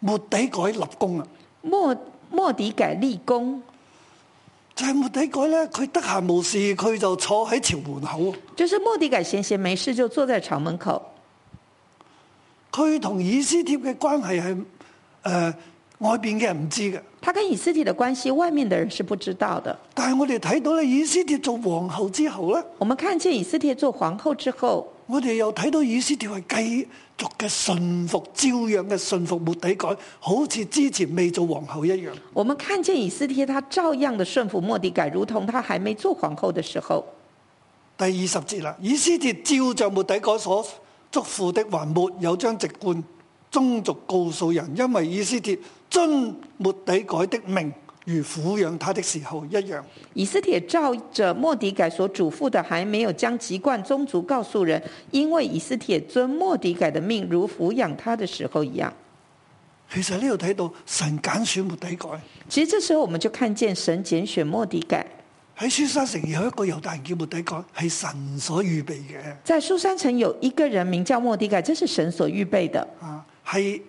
[SPEAKER 2] 末底改立功啊！
[SPEAKER 3] 莫莫迪改立功，
[SPEAKER 2] 就係、末底改咧，佢得閒無事，佢就坐喺朝門口啊。
[SPEAKER 3] 就是莫迪改闲闲没事就坐在朝门口，
[SPEAKER 2] 佢同以斯帖嘅關係係誒、呃外邊嘅人唔知嘅，
[SPEAKER 3] 他跟以斯帖的关系，外面的人是不知道的。
[SPEAKER 2] 但係我哋睇到咧，以斯帖做皇后之後咧，
[SPEAKER 3] 我们看见以斯帖做皇后之后，
[SPEAKER 2] 我哋又睇到以斯帖係繼續嘅順服，照樣嘅順服末底改，好似之前未做皇后一樣。
[SPEAKER 3] 我们看见以斯帖她照样的顺服莫迪改，如同她还没做皇后的时候。
[SPEAKER 2] 第二十節啦，以斯帖照着末底改所祝父的，還沒有將籍貫宗族告訴人，因為以斯帖遵末底改的命，如撫養他的時候一樣。
[SPEAKER 3] 以斯帖照着莫迪改所嘱咐的，还没有将籍贯宗族告诉人，因为以斯帖遵莫迪改的命，如抚养他的时候一样。
[SPEAKER 2] 其實呢度睇到神揀選末底改
[SPEAKER 3] 其实这时候我们就看见神拣选莫迪改，
[SPEAKER 2] 喺書山城有一個猶大人叫末底改，係神所預備嘅
[SPEAKER 3] 在苏珊城有一个人名叫莫迪改，这是神所预备的。
[SPEAKER 2] 啊，係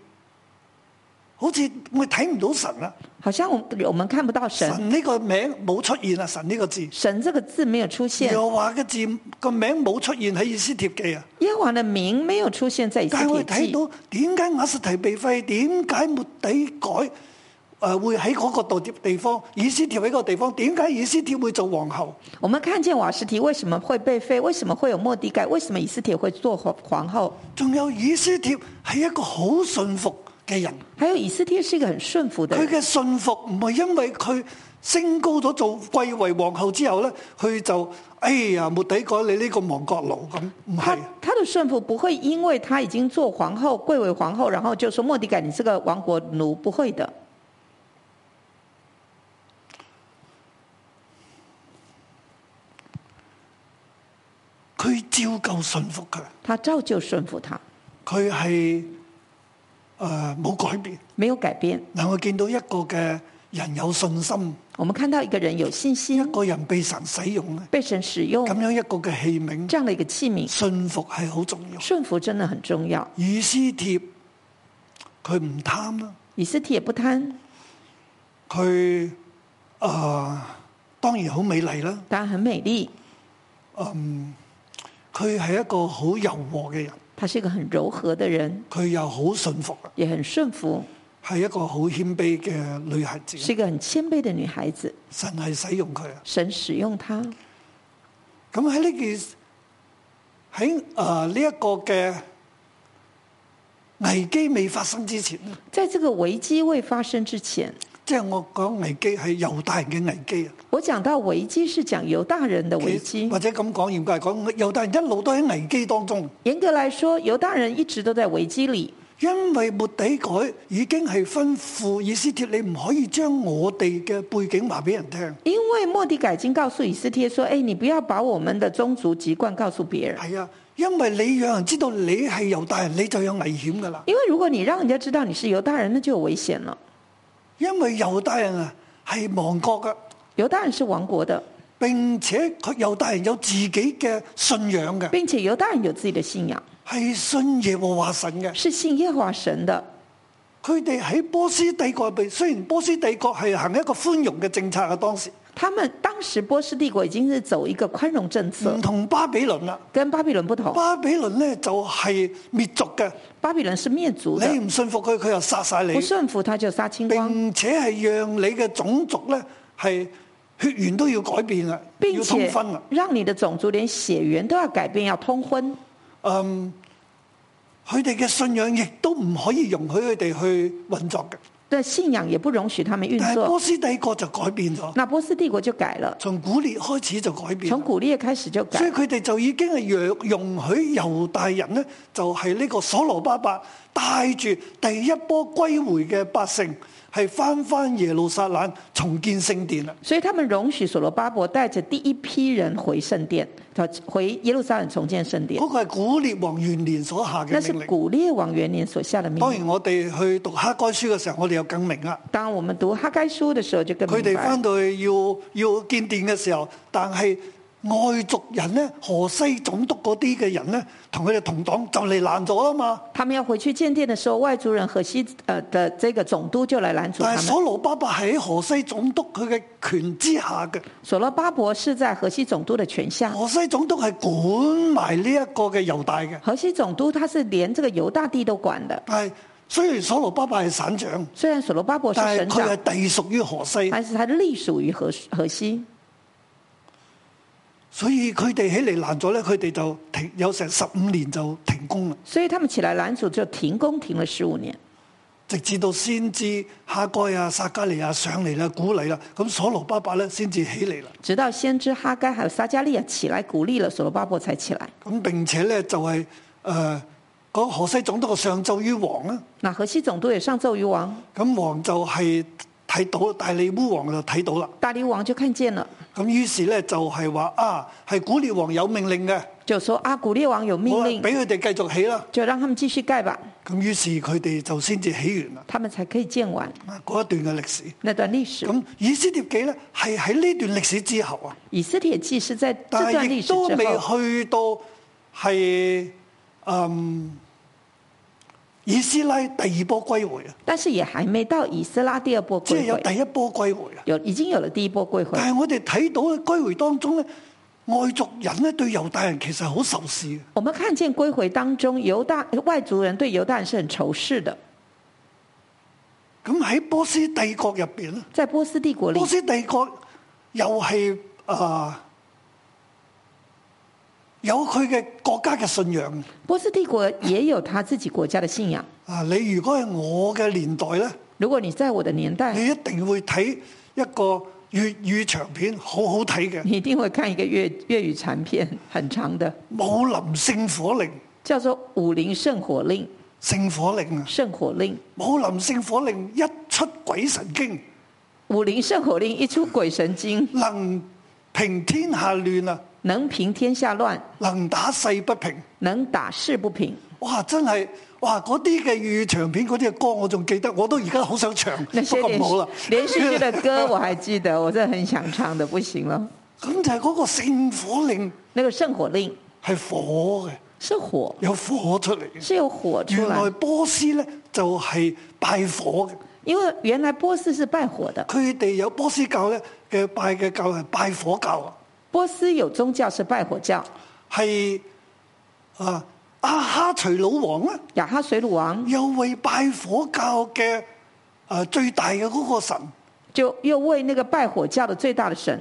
[SPEAKER 2] 好似我哋睇唔到神啊，
[SPEAKER 3] 好像我我们看不到神，
[SPEAKER 2] 神呢個名冇出現啊，神呢個字，
[SPEAKER 3] 神这个字没有出现，
[SPEAKER 2] 又話嘅字個名冇出現喺以斯帖記啊。
[SPEAKER 3] 耶和华的名没有出現在以斯
[SPEAKER 2] 但係我
[SPEAKER 3] 帖
[SPEAKER 2] 哋睇
[SPEAKER 3] 記，
[SPEAKER 2] 到點解雅實提被廢，點解末底改誒、呃、會喺嗰個度地地方，以斯帖喺個地方，點解以斯帖會做皇后？
[SPEAKER 3] 我们看见瓦斯提为什么会被废，为什么会有莫迪改，为什么以斯帖会做皇皇后，
[SPEAKER 2] 仲有以斯帖係一個好信服嘅人，
[SPEAKER 3] 还有以斯帖是一个很顺服的
[SPEAKER 2] 佢
[SPEAKER 3] 人。
[SPEAKER 2] 嘅信服唔係因為佢升高咗做貴為皇后之後咧，佢就哎呀末底改你呢個亡國奴咁，唔
[SPEAKER 3] 他
[SPEAKER 2] 係。
[SPEAKER 3] 他的顺服不会因为他已经做皇后、贵为皇后，然后就说莫迪改你是个亡国奴，不会的。
[SPEAKER 2] 佢照舊信服佢，
[SPEAKER 3] 他照旧顺服他，
[SPEAKER 2] 佢係誒冇改變。
[SPEAKER 3] 没有改变。
[SPEAKER 2] 嗱，我見到一個嘅人有信心。
[SPEAKER 3] 我们看到一个人有信
[SPEAKER 2] 一
[SPEAKER 3] 心，
[SPEAKER 2] 個人被神使用咧，
[SPEAKER 3] 被神使用
[SPEAKER 2] 咁，樣一個嘅器皿，
[SPEAKER 3] 这样的一个器皿，
[SPEAKER 2] 信服係好重要。
[SPEAKER 3] 顺服真的很重要。
[SPEAKER 2] 以斯帖佢唔貪啦，
[SPEAKER 3] 以斯帖不贪，
[SPEAKER 2] 佢啊、呃、當然好美麗啦，
[SPEAKER 3] 当然很美丽，
[SPEAKER 2] 佢係一個好柔和嘅人，
[SPEAKER 3] 她是一个很柔和的人，
[SPEAKER 2] 佢又好信服啦，
[SPEAKER 3] 也很顺服，
[SPEAKER 2] 係一個好謙卑嘅女孩子。
[SPEAKER 3] 是一个很谦卑的女孩子。
[SPEAKER 2] 神係使用佢啊！
[SPEAKER 3] 神使用她，
[SPEAKER 2] 咁喺呢件喺啊呢一個嘅危機未發生之前咧，
[SPEAKER 3] 在这个危机未发生之前，
[SPEAKER 2] 即係我講危機係猶大人嘅危機啊！
[SPEAKER 3] 我讲到危机是讲犹大人的危
[SPEAKER 2] 其
[SPEAKER 3] 机
[SPEAKER 2] 或。者咁講，嚴格嚟講，猶大人一路都喺危機當中，
[SPEAKER 3] 严格来说，犹大人一直都在危机里，
[SPEAKER 2] 因為末底改已經係吩咐以斯帖，你唔可以將我哋嘅背景話俾人聽。
[SPEAKER 3] 因为莫迪改已经告诉以斯帖说：“哎，你不要把我们的宗族籍贯告诉别人。
[SPEAKER 2] 係啊，因為你讓人知道你係猶大人，你就有危險噶啦。
[SPEAKER 3] 因为如果你让人家知道你是犹大人，那就有危险了。
[SPEAKER 2] 因為猶大人啊係亡國噶，
[SPEAKER 3] 犹大人是亡国的，
[SPEAKER 2] 並且佢猶大人有自己嘅信仰嘅，
[SPEAKER 3] 并且犹大人有自己的信仰，
[SPEAKER 2] 係信耶和華神嘅。
[SPEAKER 3] 是信耶和华神的。
[SPEAKER 2] 佢哋喺波斯帝國入邊，雖然波斯帝國係行一個寬容嘅政策啊，當時
[SPEAKER 3] 他们当时波斯帝国已经是走一个宽容政策
[SPEAKER 2] 唔，同巴比倫啦。
[SPEAKER 3] 跟巴比伦不同。
[SPEAKER 2] 巴比倫呢就係滅族嘅，
[SPEAKER 3] 巴比伦是灭族的，
[SPEAKER 2] 你唔信服佢，佢又殺晒你
[SPEAKER 3] 不，顺服他就杀清光，
[SPEAKER 2] 並且係讓你嘅種族呢係血緣都要改變啦，
[SPEAKER 3] 并
[SPEAKER 2] 要通
[SPEAKER 3] 且
[SPEAKER 2] 婚啊啦。
[SPEAKER 3] 让你的种族连血缘都要改变，要通婚。
[SPEAKER 2] 嗯，佢哋嘅信仰亦都唔可以容許佢哋去運作嘅。
[SPEAKER 3] 的信仰也不容许他们运
[SPEAKER 2] 但係
[SPEAKER 3] 作
[SPEAKER 2] 波。斯帝國就改變咗，
[SPEAKER 3] 那波斯帝国就改了，
[SPEAKER 2] 從古列開始就改變
[SPEAKER 3] 从
[SPEAKER 2] 啦。
[SPEAKER 3] 古列开始就改
[SPEAKER 2] 所以。佢哋就已經係容容許猶大人呢，就係、呢個所羅巴伯帶住第一波歸回嘅百姓，係翻翻耶路撒冷重建聖殿啦。
[SPEAKER 3] 所以他们容许所罗巴伯带着第一批人回圣殿，他回耶路撒冷重建圣殿
[SPEAKER 2] 嗰、。個係古列王元年所下嘅
[SPEAKER 3] 那是
[SPEAKER 2] 命令。
[SPEAKER 3] 古列王元年所下的命
[SPEAKER 2] 當
[SPEAKER 3] 令。
[SPEAKER 2] 然，我哋去讀哈該書嘅時候，我哋又更明啦。
[SPEAKER 3] 当我们读哈该书的时候，就更
[SPEAKER 2] 佢
[SPEAKER 3] 明
[SPEAKER 2] 哋
[SPEAKER 3] 白
[SPEAKER 2] 翻，到去要要建殿嘅時候，但係外族人呢，河西總督嗰啲嘅人呢，同佢哋同黨就嚟攔咗啦嘛。
[SPEAKER 3] 他们要回去建殿的时候，外族人和西呃的这个总督就来拦阻他
[SPEAKER 2] 但係哎所
[SPEAKER 3] 们。
[SPEAKER 2] 羅巴伯喺河西總督佢嘅權之下嘅，
[SPEAKER 3] 所罗巴伯是在河西总督的权下，
[SPEAKER 2] 河西總督係管埋呢一個嘅猶大嘅。
[SPEAKER 3] 河西总督他是连这个犹大地都管的。
[SPEAKER 2] 但係雖然所羅巴伯係省長，
[SPEAKER 3] 虽然所罗巴伯是
[SPEAKER 2] 但係
[SPEAKER 3] 省
[SPEAKER 2] 佢係
[SPEAKER 3] 长，
[SPEAKER 2] 隸屬於河西，
[SPEAKER 3] 但是他隶属于河河西，
[SPEAKER 2] 所以佢哋起嚟攔咗咧，佢哋就停有成十五年就停工啦，
[SPEAKER 3] 所以他们起来拦阻就停工停了十五年。
[SPEAKER 2] 直至到先知哈該啊、撒加利亞上嚟啦、鼓勵啦，咁所羅巴伯咧先至起嚟啦。
[SPEAKER 3] 直到先知哈该还有撒加利亚起来鼓励了所罗巴伯才起来。
[SPEAKER 2] 咁並且咧就係、呃嗰個河西總督嘅上奏於王啊啦，
[SPEAKER 3] 那河西总督也上奏于王，
[SPEAKER 2] 咁王就係睇到大利烏王就睇到啦。
[SPEAKER 3] 大利王就看见了，
[SPEAKER 2] 咁於是咧就係話啊，係古列王有命令嘅，
[SPEAKER 3] 就说啊，古列王有
[SPEAKER 2] 好
[SPEAKER 3] 命
[SPEAKER 2] 啦
[SPEAKER 3] 令，
[SPEAKER 2] 俾佢哋繼續起啦。
[SPEAKER 3] 就让他们继续盖吧，
[SPEAKER 2] 咁於是佢哋就先至起完啦，
[SPEAKER 3] 他们才可以建完
[SPEAKER 2] 啊嗰一段嘅歷史。
[SPEAKER 3] 那段历史。
[SPEAKER 2] 咁以斯帖記咧係喺呢段歷史之後啊，
[SPEAKER 3] 以斯帖记是在这
[SPEAKER 2] 但
[SPEAKER 3] 段
[SPEAKER 2] 係
[SPEAKER 3] 历
[SPEAKER 2] 亦
[SPEAKER 3] 史之
[SPEAKER 2] 都未
[SPEAKER 3] 后，
[SPEAKER 2] 去到係嗯以斯拉第二波歸回啊，
[SPEAKER 3] 但是也还没到以斯拉第二波
[SPEAKER 2] 即係
[SPEAKER 3] 归
[SPEAKER 2] 有
[SPEAKER 3] 回，
[SPEAKER 2] 第一波歸回啊。
[SPEAKER 3] 有已经有了第一波归回。
[SPEAKER 2] 但係我哋睇到嘅歸回當中咧，外族人咧對猶大人其實好仇視嘅。
[SPEAKER 3] 我们看见归回当中，犹大外族人对犹大人是很仇视的，
[SPEAKER 2] 咁喺波斯帝國入邊咧。
[SPEAKER 3] 在波斯帝国里
[SPEAKER 2] 波，斯帝國又係啊、呃有佢嘅國家嘅信仰
[SPEAKER 3] 波斯帝国也有他自己国家的信仰。
[SPEAKER 2] 啊！你如果係我嘅年代咧，
[SPEAKER 3] 如果你在我的年代，
[SPEAKER 2] 你一定會睇一個粵語長片，好好睇嘅《
[SPEAKER 3] 你一定会看一个粤粤语残片，很长的，
[SPEAKER 2] 武林聖火令》。
[SPEAKER 3] 叫做《武林圣火令》。
[SPEAKER 2] 聖火令啊！
[SPEAKER 3] 圣火令，
[SPEAKER 2] 武林聖火令一出鬼神經，
[SPEAKER 3] 武林圣火令一出鬼神经，
[SPEAKER 2] 能平天下亂啊，
[SPEAKER 3] 能平天下乱，
[SPEAKER 2] 能打世不平。
[SPEAKER 3] 能打事不平。
[SPEAKER 2] 哇！真係哇！嗰啲嘅粵語長片，嗰啲嘅歌我仲記得，我都而家好想唱，
[SPEAKER 3] 那
[SPEAKER 2] 不
[SPEAKER 3] 些
[SPEAKER 2] 過
[SPEAKER 3] 连
[SPEAKER 2] 冇啦。
[SPEAKER 3] *laughs* 连续剧的歌我还记得，我真的很想唱的，不行了。
[SPEAKER 2] *laughs* 咁就係嗰個聖火令
[SPEAKER 3] 那个圣火令
[SPEAKER 2] 係火嘅，
[SPEAKER 3] 是火，
[SPEAKER 2] 有火出嚟嘅。
[SPEAKER 3] 是有火出
[SPEAKER 2] 原來
[SPEAKER 3] 来，
[SPEAKER 2] 波斯咧就係拜火嘅，
[SPEAKER 3] 因为原来波斯是拜火的，
[SPEAKER 2] 佢哋有波斯教咧嘅拜嘅教係拜火教啊，
[SPEAKER 3] 波斯有宗教是拜火教。
[SPEAKER 2] 係啊阿哈隨魯王咧，
[SPEAKER 3] 亚哈水鲁王
[SPEAKER 2] 又為拜火教嘅啊最大嘅嗰個神
[SPEAKER 3] 就又为那个拜火教的最大的神，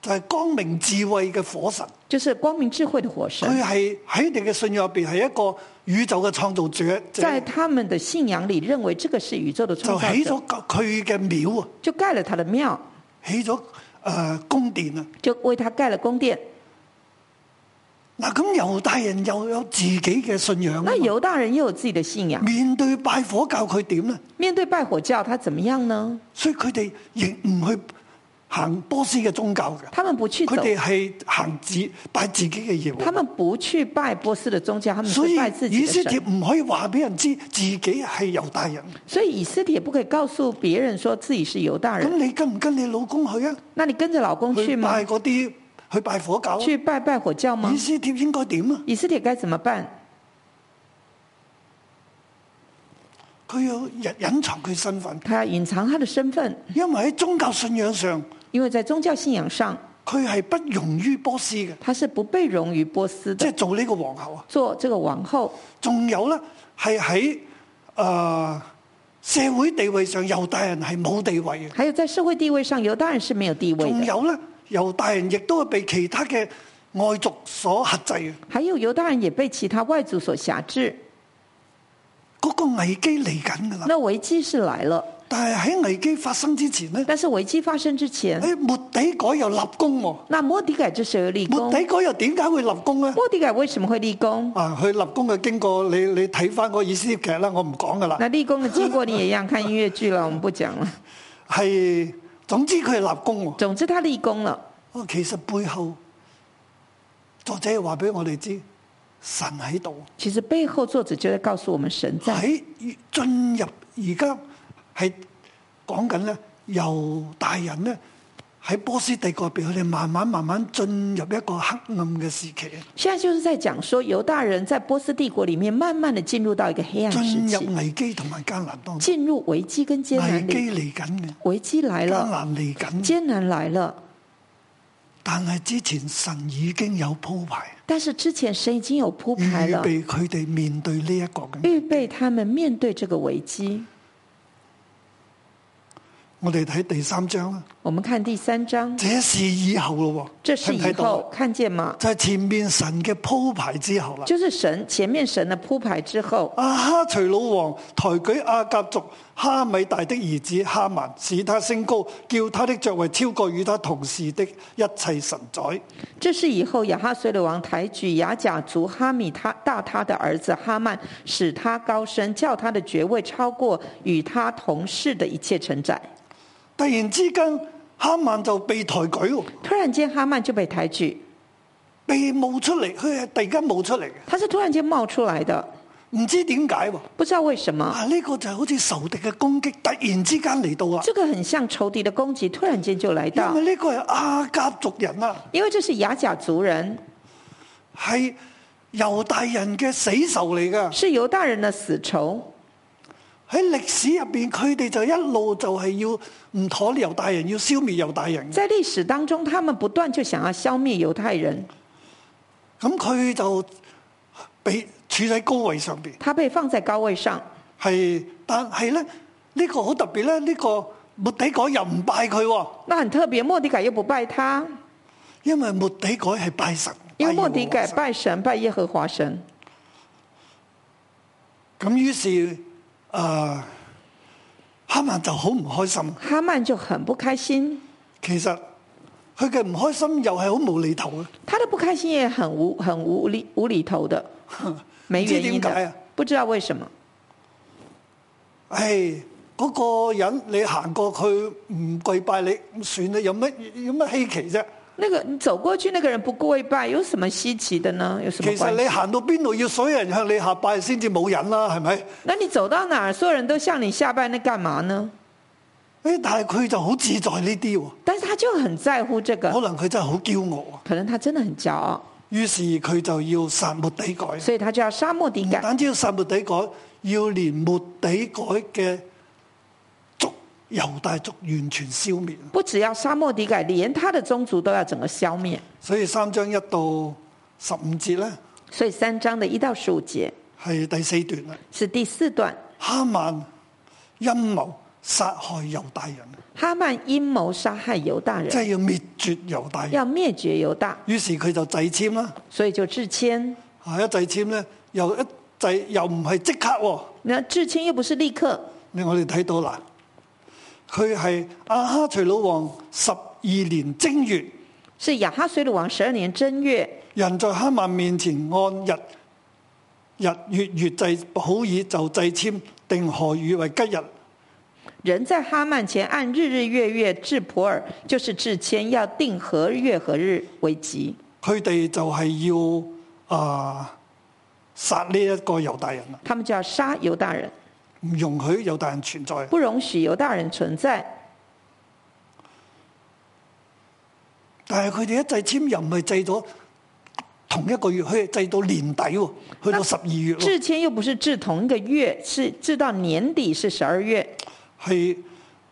[SPEAKER 2] 就係、光明智慧嘅火神，
[SPEAKER 3] 就是光明智慧的火神。
[SPEAKER 2] 佢係喺你嘅信仰入邊係一個宇宙嘅創造者，就
[SPEAKER 3] 在他们的信仰里，认为这个是宇宙的
[SPEAKER 2] 就
[SPEAKER 3] 创造
[SPEAKER 2] 起
[SPEAKER 3] 者，
[SPEAKER 2] 咗佢嘅廟啊，
[SPEAKER 3] 就盖了他的庙，
[SPEAKER 2] 起咗誒宮殿啊。
[SPEAKER 3] 就为他盖了宫殿。
[SPEAKER 2] 嗱，咁猶大人又有自己嘅信仰啊嘛，
[SPEAKER 3] 那犹大人又有自己的信仰，
[SPEAKER 2] 面對拜火教佢點咧？
[SPEAKER 3] 面对拜火教，他怎么样呢？
[SPEAKER 2] 所以佢哋亦唔去行波斯嘅宗教嘅，
[SPEAKER 3] 他们不去
[SPEAKER 2] 佢
[SPEAKER 3] 走，
[SPEAKER 2] 哋係行自拜自己嘅嘢
[SPEAKER 3] 他
[SPEAKER 2] 喎。
[SPEAKER 3] 们不去拜波斯的宗教，他们
[SPEAKER 2] 所
[SPEAKER 3] 是
[SPEAKER 2] 以
[SPEAKER 3] 拜自己
[SPEAKER 2] 以
[SPEAKER 3] 的
[SPEAKER 2] 色列
[SPEAKER 3] 神。
[SPEAKER 2] 唔可以話俾人知自己係猶大人。
[SPEAKER 3] 所以以斯帖不可以告诉别人说自己是犹大
[SPEAKER 2] 咁
[SPEAKER 3] 人。
[SPEAKER 2] 你跟唔跟你老公去啊？
[SPEAKER 3] 那你跟着老公去
[SPEAKER 2] 去
[SPEAKER 3] 吗
[SPEAKER 2] 拜？嗰啲去拜火教啊？
[SPEAKER 3] 去拜拜火教吗
[SPEAKER 2] 以？斯帖應該點啊？
[SPEAKER 3] 以斯帖该怎么办？
[SPEAKER 2] 佢要隱隱藏佢身份，
[SPEAKER 3] 他要隐藏他的身份，
[SPEAKER 2] 因為喺宗教信仰上，
[SPEAKER 3] 因为在宗教信仰上，
[SPEAKER 2] 佢係不容於波斯嘅，
[SPEAKER 3] 他是不被容于波斯
[SPEAKER 2] 即
[SPEAKER 3] 的
[SPEAKER 2] 係。做呢個皇后啊。
[SPEAKER 3] 做这个王后，
[SPEAKER 2] 仲有咧，係喺誒社會地位上，猶大人係冇地位嘅。
[SPEAKER 3] 还有在社会地位上，犹大人是没有地位
[SPEAKER 2] 仲
[SPEAKER 3] 的。
[SPEAKER 2] 有咧，猶大人亦都係被其他嘅外族所克制嘅。
[SPEAKER 3] 还有犹大人也被其他外族所辖制。
[SPEAKER 2] 嗰、個危機嚟緊㗎啦。
[SPEAKER 3] 那危机是来了，
[SPEAKER 2] 但係喺危機發生之前咧，
[SPEAKER 3] 但是危机发生之前，
[SPEAKER 2] 喺末底改又立功喎、
[SPEAKER 3] 那摩迪改这时候立
[SPEAKER 2] 末
[SPEAKER 3] 功。
[SPEAKER 2] 底改又點解會立功咧？
[SPEAKER 3] 莫迪改为什么会立功？
[SPEAKER 2] 啊，佢立功嘅經過，你你睇翻嗰以斯帖劇啦，我唔講㗎啦。
[SPEAKER 3] *laughs* 那立功的经过你也一样看音乐剧了，我们不讲了。
[SPEAKER 2] 係總之佢係立功喎。
[SPEAKER 3] 总之他立功了，
[SPEAKER 2] 哦，其實背後作者話俾我哋知，神喺度，
[SPEAKER 3] 其实背后作者就在告诉我们神在。
[SPEAKER 2] 喺進入而家係講緊咧猶大人咧。喺波斯帝國入邊，佢哋慢慢慢慢進入一個黑暗嘅時期，
[SPEAKER 3] 现在就是在讲说犹大人在波斯帝国里面慢慢的进入到一个黑暗时
[SPEAKER 2] 進入
[SPEAKER 3] 期，
[SPEAKER 2] 危機同埋艱難當中，
[SPEAKER 3] 进入危机跟艰
[SPEAKER 2] 危
[SPEAKER 3] 难里，
[SPEAKER 2] 機嚟緊
[SPEAKER 3] 危机来
[SPEAKER 2] 嘅，艱
[SPEAKER 3] 了，
[SPEAKER 2] 難嚟緊嘅。
[SPEAKER 3] 艰难来了。
[SPEAKER 2] 但係之前神已經有鋪排，
[SPEAKER 3] 但是之前神已经有铺排
[SPEAKER 2] 預
[SPEAKER 3] 了，
[SPEAKER 2] 備佢哋面對呢一個嘅。
[SPEAKER 3] 预备他们面对这个危机。
[SPEAKER 2] 我哋睇第三章啦，
[SPEAKER 3] 我们看第三章，
[SPEAKER 2] 這是以後咯喎，
[SPEAKER 3] 这是
[SPEAKER 2] 睇唔睇
[SPEAKER 3] 以
[SPEAKER 2] 到啊
[SPEAKER 3] 后看见吗？
[SPEAKER 2] 就係前面神嘅鋪排之後啦。
[SPEAKER 3] 就是神前面神的铺排之后，
[SPEAKER 2] 阿哈隨魯王抬舉阿甲族哈米大的兒子哈曼，使他升高，叫他的爵位超過與他同事的一切神宰。
[SPEAKER 3] 这是以后亚哈随鲁王抬举亚甲族哈米他大他的儿子哈曼，使他高升，叫他的爵位超过与他同事的一切臣宰。
[SPEAKER 2] 突然之間，哈曼就被抬舉喎，
[SPEAKER 3] 突然间，哈曼就被抬举，
[SPEAKER 2] 被冒出嚟，佢係突然間冒出嚟嘅，
[SPEAKER 3] 他是突然间冒出来的，
[SPEAKER 2] 唔知點解喎。
[SPEAKER 3] 不知道为什么。
[SPEAKER 2] 啊！呢、個就係好似仇敵嘅攻擊，突然之間嚟到啊！
[SPEAKER 3] 这个很像仇敌的攻击，突然间就来
[SPEAKER 2] 因
[SPEAKER 3] 到，
[SPEAKER 2] 為呢個係阿甲族人啊，
[SPEAKER 3] 因为这是亚甲族人，
[SPEAKER 2] 係猶大人嘅死仇嚟噶。
[SPEAKER 3] 是犹大人的死仇。
[SPEAKER 2] 喺歷史入边，佢哋就一路就係要唔妥猶大人，要消滅猶大人。
[SPEAKER 3] 在历史当中，他们不断就想要消灭犹太人，
[SPEAKER 2] 咁佢就被處喺高位上边，
[SPEAKER 3] 他被放在高位上。
[SPEAKER 2] 係但係咧呢、個好特別咧，呢、個末底改又唔拜佢、喎，
[SPEAKER 3] 那很特别，莫迪改又不拜他，
[SPEAKER 2] 因為末底改係拜神。
[SPEAKER 3] 因为
[SPEAKER 2] 拜
[SPEAKER 3] 莫迪改
[SPEAKER 2] 耶和華神
[SPEAKER 3] 拜神拜耶和华神，
[SPEAKER 2] 咁於是诶、呃哈曼就好唔開心。
[SPEAKER 3] 哈曼就很不开心。
[SPEAKER 2] 其實佢嘅唔開心又係好無厘頭
[SPEAKER 3] *laughs*
[SPEAKER 2] 嘅，
[SPEAKER 3] 他的不开心也很无很无理无厘头的，没
[SPEAKER 2] 唔知
[SPEAKER 3] 原因
[SPEAKER 2] 點解
[SPEAKER 3] 的
[SPEAKER 2] 啊，？
[SPEAKER 3] 不知道为什么。
[SPEAKER 2] 唉，嗰、個人你行過佢唔跪拜你，咁算啦，有乜有乜稀奇啫？
[SPEAKER 3] 那个你走过去那个人不跪拜，有什么稀奇的呢？有什么
[SPEAKER 2] 其實
[SPEAKER 3] 关
[SPEAKER 2] 你
[SPEAKER 3] 系？
[SPEAKER 2] 行到邊度要所有人向你下拜先至冇癮啦，係咪？
[SPEAKER 3] 那你走到哪儿，所有人都向你下拜，那干嘛呢？
[SPEAKER 2] 誒，但係佢就好自在呢啲喎，
[SPEAKER 3] 但是他就很在乎这
[SPEAKER 2] 可
[SPEAKER 3] 个，
[SPEAKER 2] 能佢真係好驕傲啊。
[SPEAKER 3] 可能他真的很驕傲，
[SPEAKER 2] 於是佢就要殺末底改，唔
[SPEAKER 3] 所以他就要杀莫迪改，
[SPEAKER 2] 單止要殺末底改，要連末底改嘅族猶大族完全消滅。
[SPEAKER 3] 不只要杀莫迪改，连他的宗族都要整个消灭。
[SPEAKER 2] 所以三章一到十五節咧。
[SPEAKER 3] 所以三章的一到十五节
[SPEAKER 2] 係第四段啦。
[SPEAKER 3] 是第四段，
[SPEAKER 2] 哈曼陰謀殺害猶大人，
[SPEAKER 3] 哈曼阴谋杀害犹大
[SPEAKER 2] 即
[SPEAKER 3] 人，
[SPEAKER 2] 係要滅絕猶大人。
[SPEAKER 3] 要灭绝犹大，
[SPEAKER 2] 於是佢就制簽啦，
[SPEAKER 3] 所以就致谦。
[SPEAKER 2] 啊一制簽咧，又一制又唔係即刻喎。
[SPEAKER 3] 那致谦又不是立刻，
[SPEAKER 2] 你我哋睇到啦，佢係阿哈隨魯王十二年正月，
[SPEAKER 3] 是亚哈水鲁王十二年正月，
[SPEAKER 2] 人在哈曼面前按日日月月制普爾就制簽定何與為吉日。
[SPEAKER 3] 人在哈曼前按日日月月至普尔，就是至千，要定何月何日为吉。
[SPEAKER 2] 佢哋就係要啊殺呢一個猶大人啦，
[SPEAKER 3] 他们就要杀犹大人，
[SPEAKER 2] 唔容許猶大人存在。
[SPEAKER 3] 不容许犹大人存在。
[SPEAKER 2] 但係佢哋一制簽又唔係制咗同一個月，佢係制到年底喎，去到十二月喎，
[SPEAKER 3] 至签又不啊是至同一个月，是至到年底是十二月。
[SPEAKER 2] 係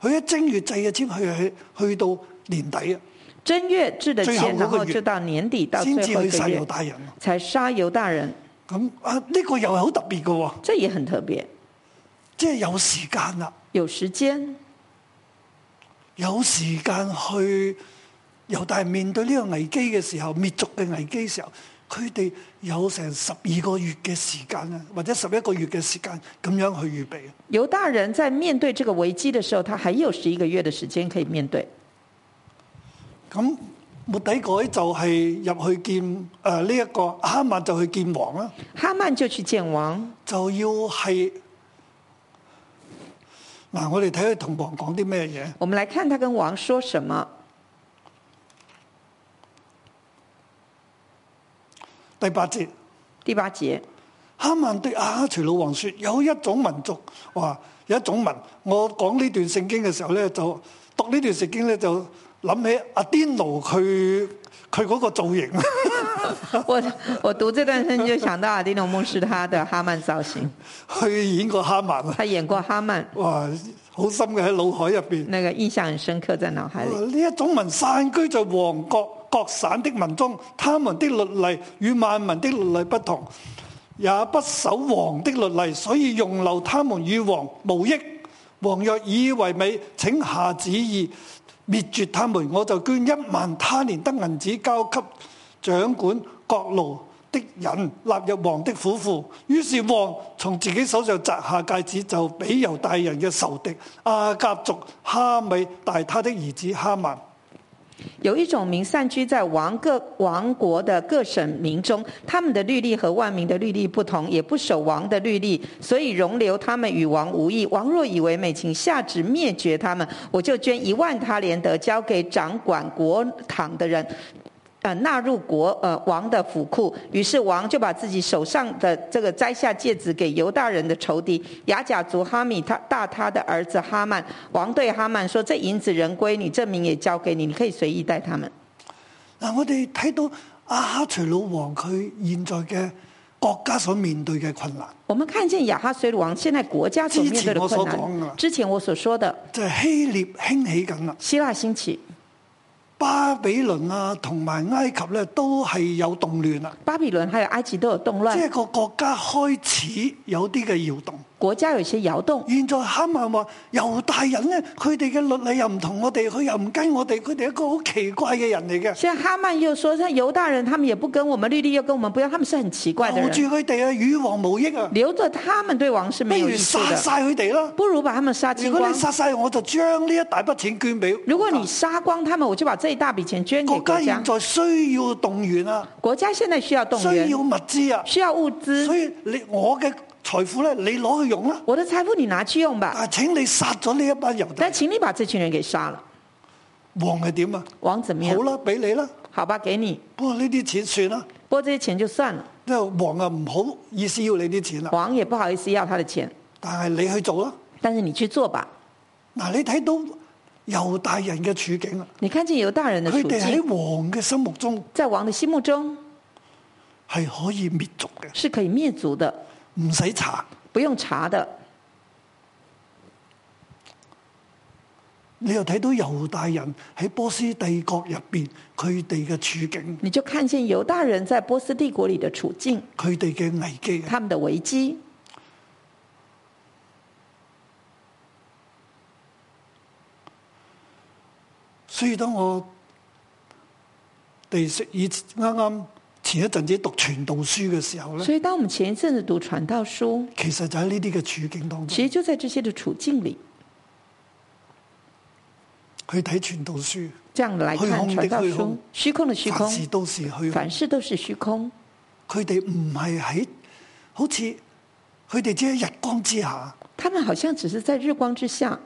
[SPEAKER 2] 佢一正月制嘅簽，佢係去到年底啊，
[SPEAKER 3] 正月至的
[SPEAKER 2] 最后
[SPEAKER 3] 签，
[SPEAKER 2] 那
[SPEAKER 3] 然
[SPEAKER 2] 个
[SPEAKER 3] 后
[SPEAKER 2] 月
[SPEAKER 3] 就到年底，到最
[SPEAKER 2] 先至
[SPEAKER 3] 后
[SPEAKER 2] 去
[SPEAKER 3] 一个
[SPEAKER 2] 殺
[SPEAKER 3] 月
[SPEAKER 2] 猶大人。啊
[SPEAKER 3] 才杀犹大人，
[SPEAKER 2] 咁啊，呢個又係好特別嘅喎，
[SPEAKER 3] 这也很特别。
[SPEAKER 2] 即係有時間啦，
[SPEAKER 3] 有时间，
[SPEAKER 2] 有時間去猶大人面對呢個危機嘅時候，滅族嘅危機時候，佢哋有成十二個月嘅時間啊，或者十一個月嘅時間咁樣去預備。啊
[SPEAKER 3] 犹大人在面对这个危机的时候，他还有十一个月的时间可以面对。
[SPEAKER 2] 咁末底改就係入去見誒呢一個哈曼就去見王啦，
[SPEAKER 3] 哈曼就去见王，
[SPEAKER 2] 就要係嗱，我哋睇佢同王講啲咩嘢。
[SPEAKER 3] 我们来看他跟王说什么。
[SPEAKER 2] 第八節。
[SPEAKER 3] 第八节，
[SPEAKER 2] 哈曼對亞哈隨魯王說：有一種民族，哇，有一種民。我講呢段聖經嘅時候咧，就讀呢段聖經咧，就諗起阿甸奴佢佢嗰個造型， *laughs*
[SPEAKER 3] 我我读这段圣经就想到阿迪诺牧师他的哈曼造型，
[SPEAKER 2] 去演過哈曼啊，
[SPEAKER 3] 他演过哈曼，
[SPEAKER 2] 哇，好深嘅喺腦海入邊。
[SPEAKER 3] 那个印象很深刻在脑海里。
[SPEAKER 2] 哦呢一種民散居在王國各省的民中，他們的律例與萬民的律例不同，也不守王的律例，所以容留他們與王無益。王若以為美，請下旨意滅絕他們，我就捐一萬他連得銀子交給掌管各路的人，納入王的府庫。於是王從自己手上摘下戒指，就俾猶大人嘅仇敵亞甲族哈米大他的兒子哈曼。
[SPEAKER 3] 有一种民散居在王各王国的各省民中，他们的律例和万民的律例不同，也不守王的律例，所以容留他们与王无异。王若以为美，请下旨灭绝他们。我就捐一万他连德交给掌管国堂的人。呃，纳入国呃王的府库，于是王就把自己手上的这个摘下戒指给犹大人的仇敌雅甲族哈米他大他的儿子哈曼。王对哈曼说：“这银子人归你，证明也交给你，你可以随意带他们。
[SPEAKER 2] 嗱，我哋睇到阿哈隨魯王佢現在嘅國家所面對嘅困難，”
[SPEAKER 3] 我们看见亚哈随鲁王现在国家所面对的
[SPEAKER 2] 之
[SPEAKER 3] 困
[SPEAKER 2] 前我所讲的
[SPEAKER 3] 难，之前我所说的
[SPEAKER 2] 就係、希臘興起緊啦，
[SPEAKER 3] 希腊兴起、
[SPEAKER 2] 巴比倫啊同埋埃及咧都係有動亂啦。
[SPEAKER 3] 巴比伦还有埃及都有动
[SPEAKER 2] 即
[SPEAKER 3] 乱
[SPEAKER 2] 係，個國家開始有啲嘅搖動。
[SPEAKER 3] 国家有一些摇动。
[SPEAKER 2] 現在哈曼話猶大人咧，佢哋嘅律例又唔同我哋，佢又唔跟我哋，佢哋係一個好奇怪嘅人嚟嘅。
[SPEAKER 3] 现在哈曼又说，像犹大人他们也不跟我们律例，又跟我们不一样，他们是很奇怪的
[SPEAKER 2] 留
[SPEAKER 3] 人
[SPEAKER 2] 住。佢哋啊，與王無益啊，
[SPEAKER 3] 留着他们对王是
[SPEAKER 2] 不
[SPEAKER 3] 没有
[SPEAKER 2] 如
[SPEAKER 3] 益处
[SPEAKER 2] 殺
[SPEAKER 3] 的，
[SPEAKER 2] 晒佢哋啦。
[SPEAKER 3] 不如把他们杀
[SPEAKER 2] 如
[SPEAKER 3] 清
[SPEAKER 2] 果
[SPEAKER 3] 光
[SPEAKER 2] 你。殺晒，我就將呢一大筆錢捐俾國家。
[SPEAKER 3] 如果你杀光他们，我就把这一大笔钱捐给
[SPEAKER 2] 國
[SPEAKER 3] 国
[SPEAKER 2] 家
[SPEAKER 3] 家
[SPEAKER 2] 現。在需要動員啊，
[SPEAKER 3] 国家现在需要动员
[SPEAKER 2] 需，要物資啊，
[SPEAKER 3] 需要物
[SPEAKER 2] 所
[SPEAKER 3] 资。
[SPEAKER 2] 以你我嘅財富咧，你攞去用啦。
[SPEAKER 3] 我的财富你拿去用吧，
[SPEAKER 2] 但係請你殺咗呢一班猶大
[SPEAKER 3] 啊但请你把这群人给杀了。
[SPEAKER 2] 王係點啊？
[SPEAKER 3] 王怎么样
[SPEAKER 2] 好？啦，俾你啦，
[SPEAKER 3] 好吧，给你。
[SPEAKER 2] 不過呢啲錢算啦。
[SPEAKER 3] 不过这些钱就算了，
[SPEAKER 2] 因為王啊唔好意思要你啲錢啦，
[SPEAKER 3] 王也不好意思要他的钱，
[SPEAKER 2] 但係你去做啦。
[SPEAKER 3] 但是你去做吧。
[SPEAKER 2] 嗱，你睇到猶大人嘅處境啦，啊
[SPEAKER 3] 你看见犹大人的
[SPEAKER 2] 佢
[SPEAKER 3] 处
[SPEAKER 2] 哋喺
[SPEAKER 3] 境，
[SPEAKER 2] 王嘅心目中
[SPEAKER 3] 在王的心目中
[SPEAKER 2] 係可以滅族嘅，
[SPEAKER 3] 是可以灭族的，
[SPEAKER 2] 唔使查。
[SPEAKER 3] 不用查的。
[SPEAKER 2] 你又睇到猶大人喺波斯帝國入邊佢哋嘅處境，
[SPEAKER 3] 你就看见犹大人在波斯帝国里的处境，
[SPEAKER 2] 佢哋嘅危機啊！
[SPEAKER 3] 他们的危机。
[SPEAKER 2] 所以當我哋食以啱啱前一陣子讀傳道書嘅時候咧，
[SPEAKER 3] 所以，当我们前一阵子读传道书，
[SPEAKER 2] 其實就喺呢啲嘅處境當
[SPEAKER 3] 其
[SPEAKER 2] 中
[SPEAKER 3] 实就在这些的处境里，
[SPEAKER 2] 去睇傳道書，
[SPEAKER 3] 这样来
[SPEAKER 2] 虚空
[SPEAKER 3] 看
[SPEAKER 2] 的
[SPEAKER 3] 传道
[SPEAKER 2] 虚空
[SPEAKER 3] 书，虚空的虚
[SPEAKER 2] 凡
[SPEAKER 3] 空，
[SPEAKER 2] 事都是虛空
[SPEAKER 3] 凡。事都是虚空。
[SPEAKER 2] 佢哋唔係喺好似佢哋只喺日光之下，
[SPEAKER 3] 他们好像只是在日光之下，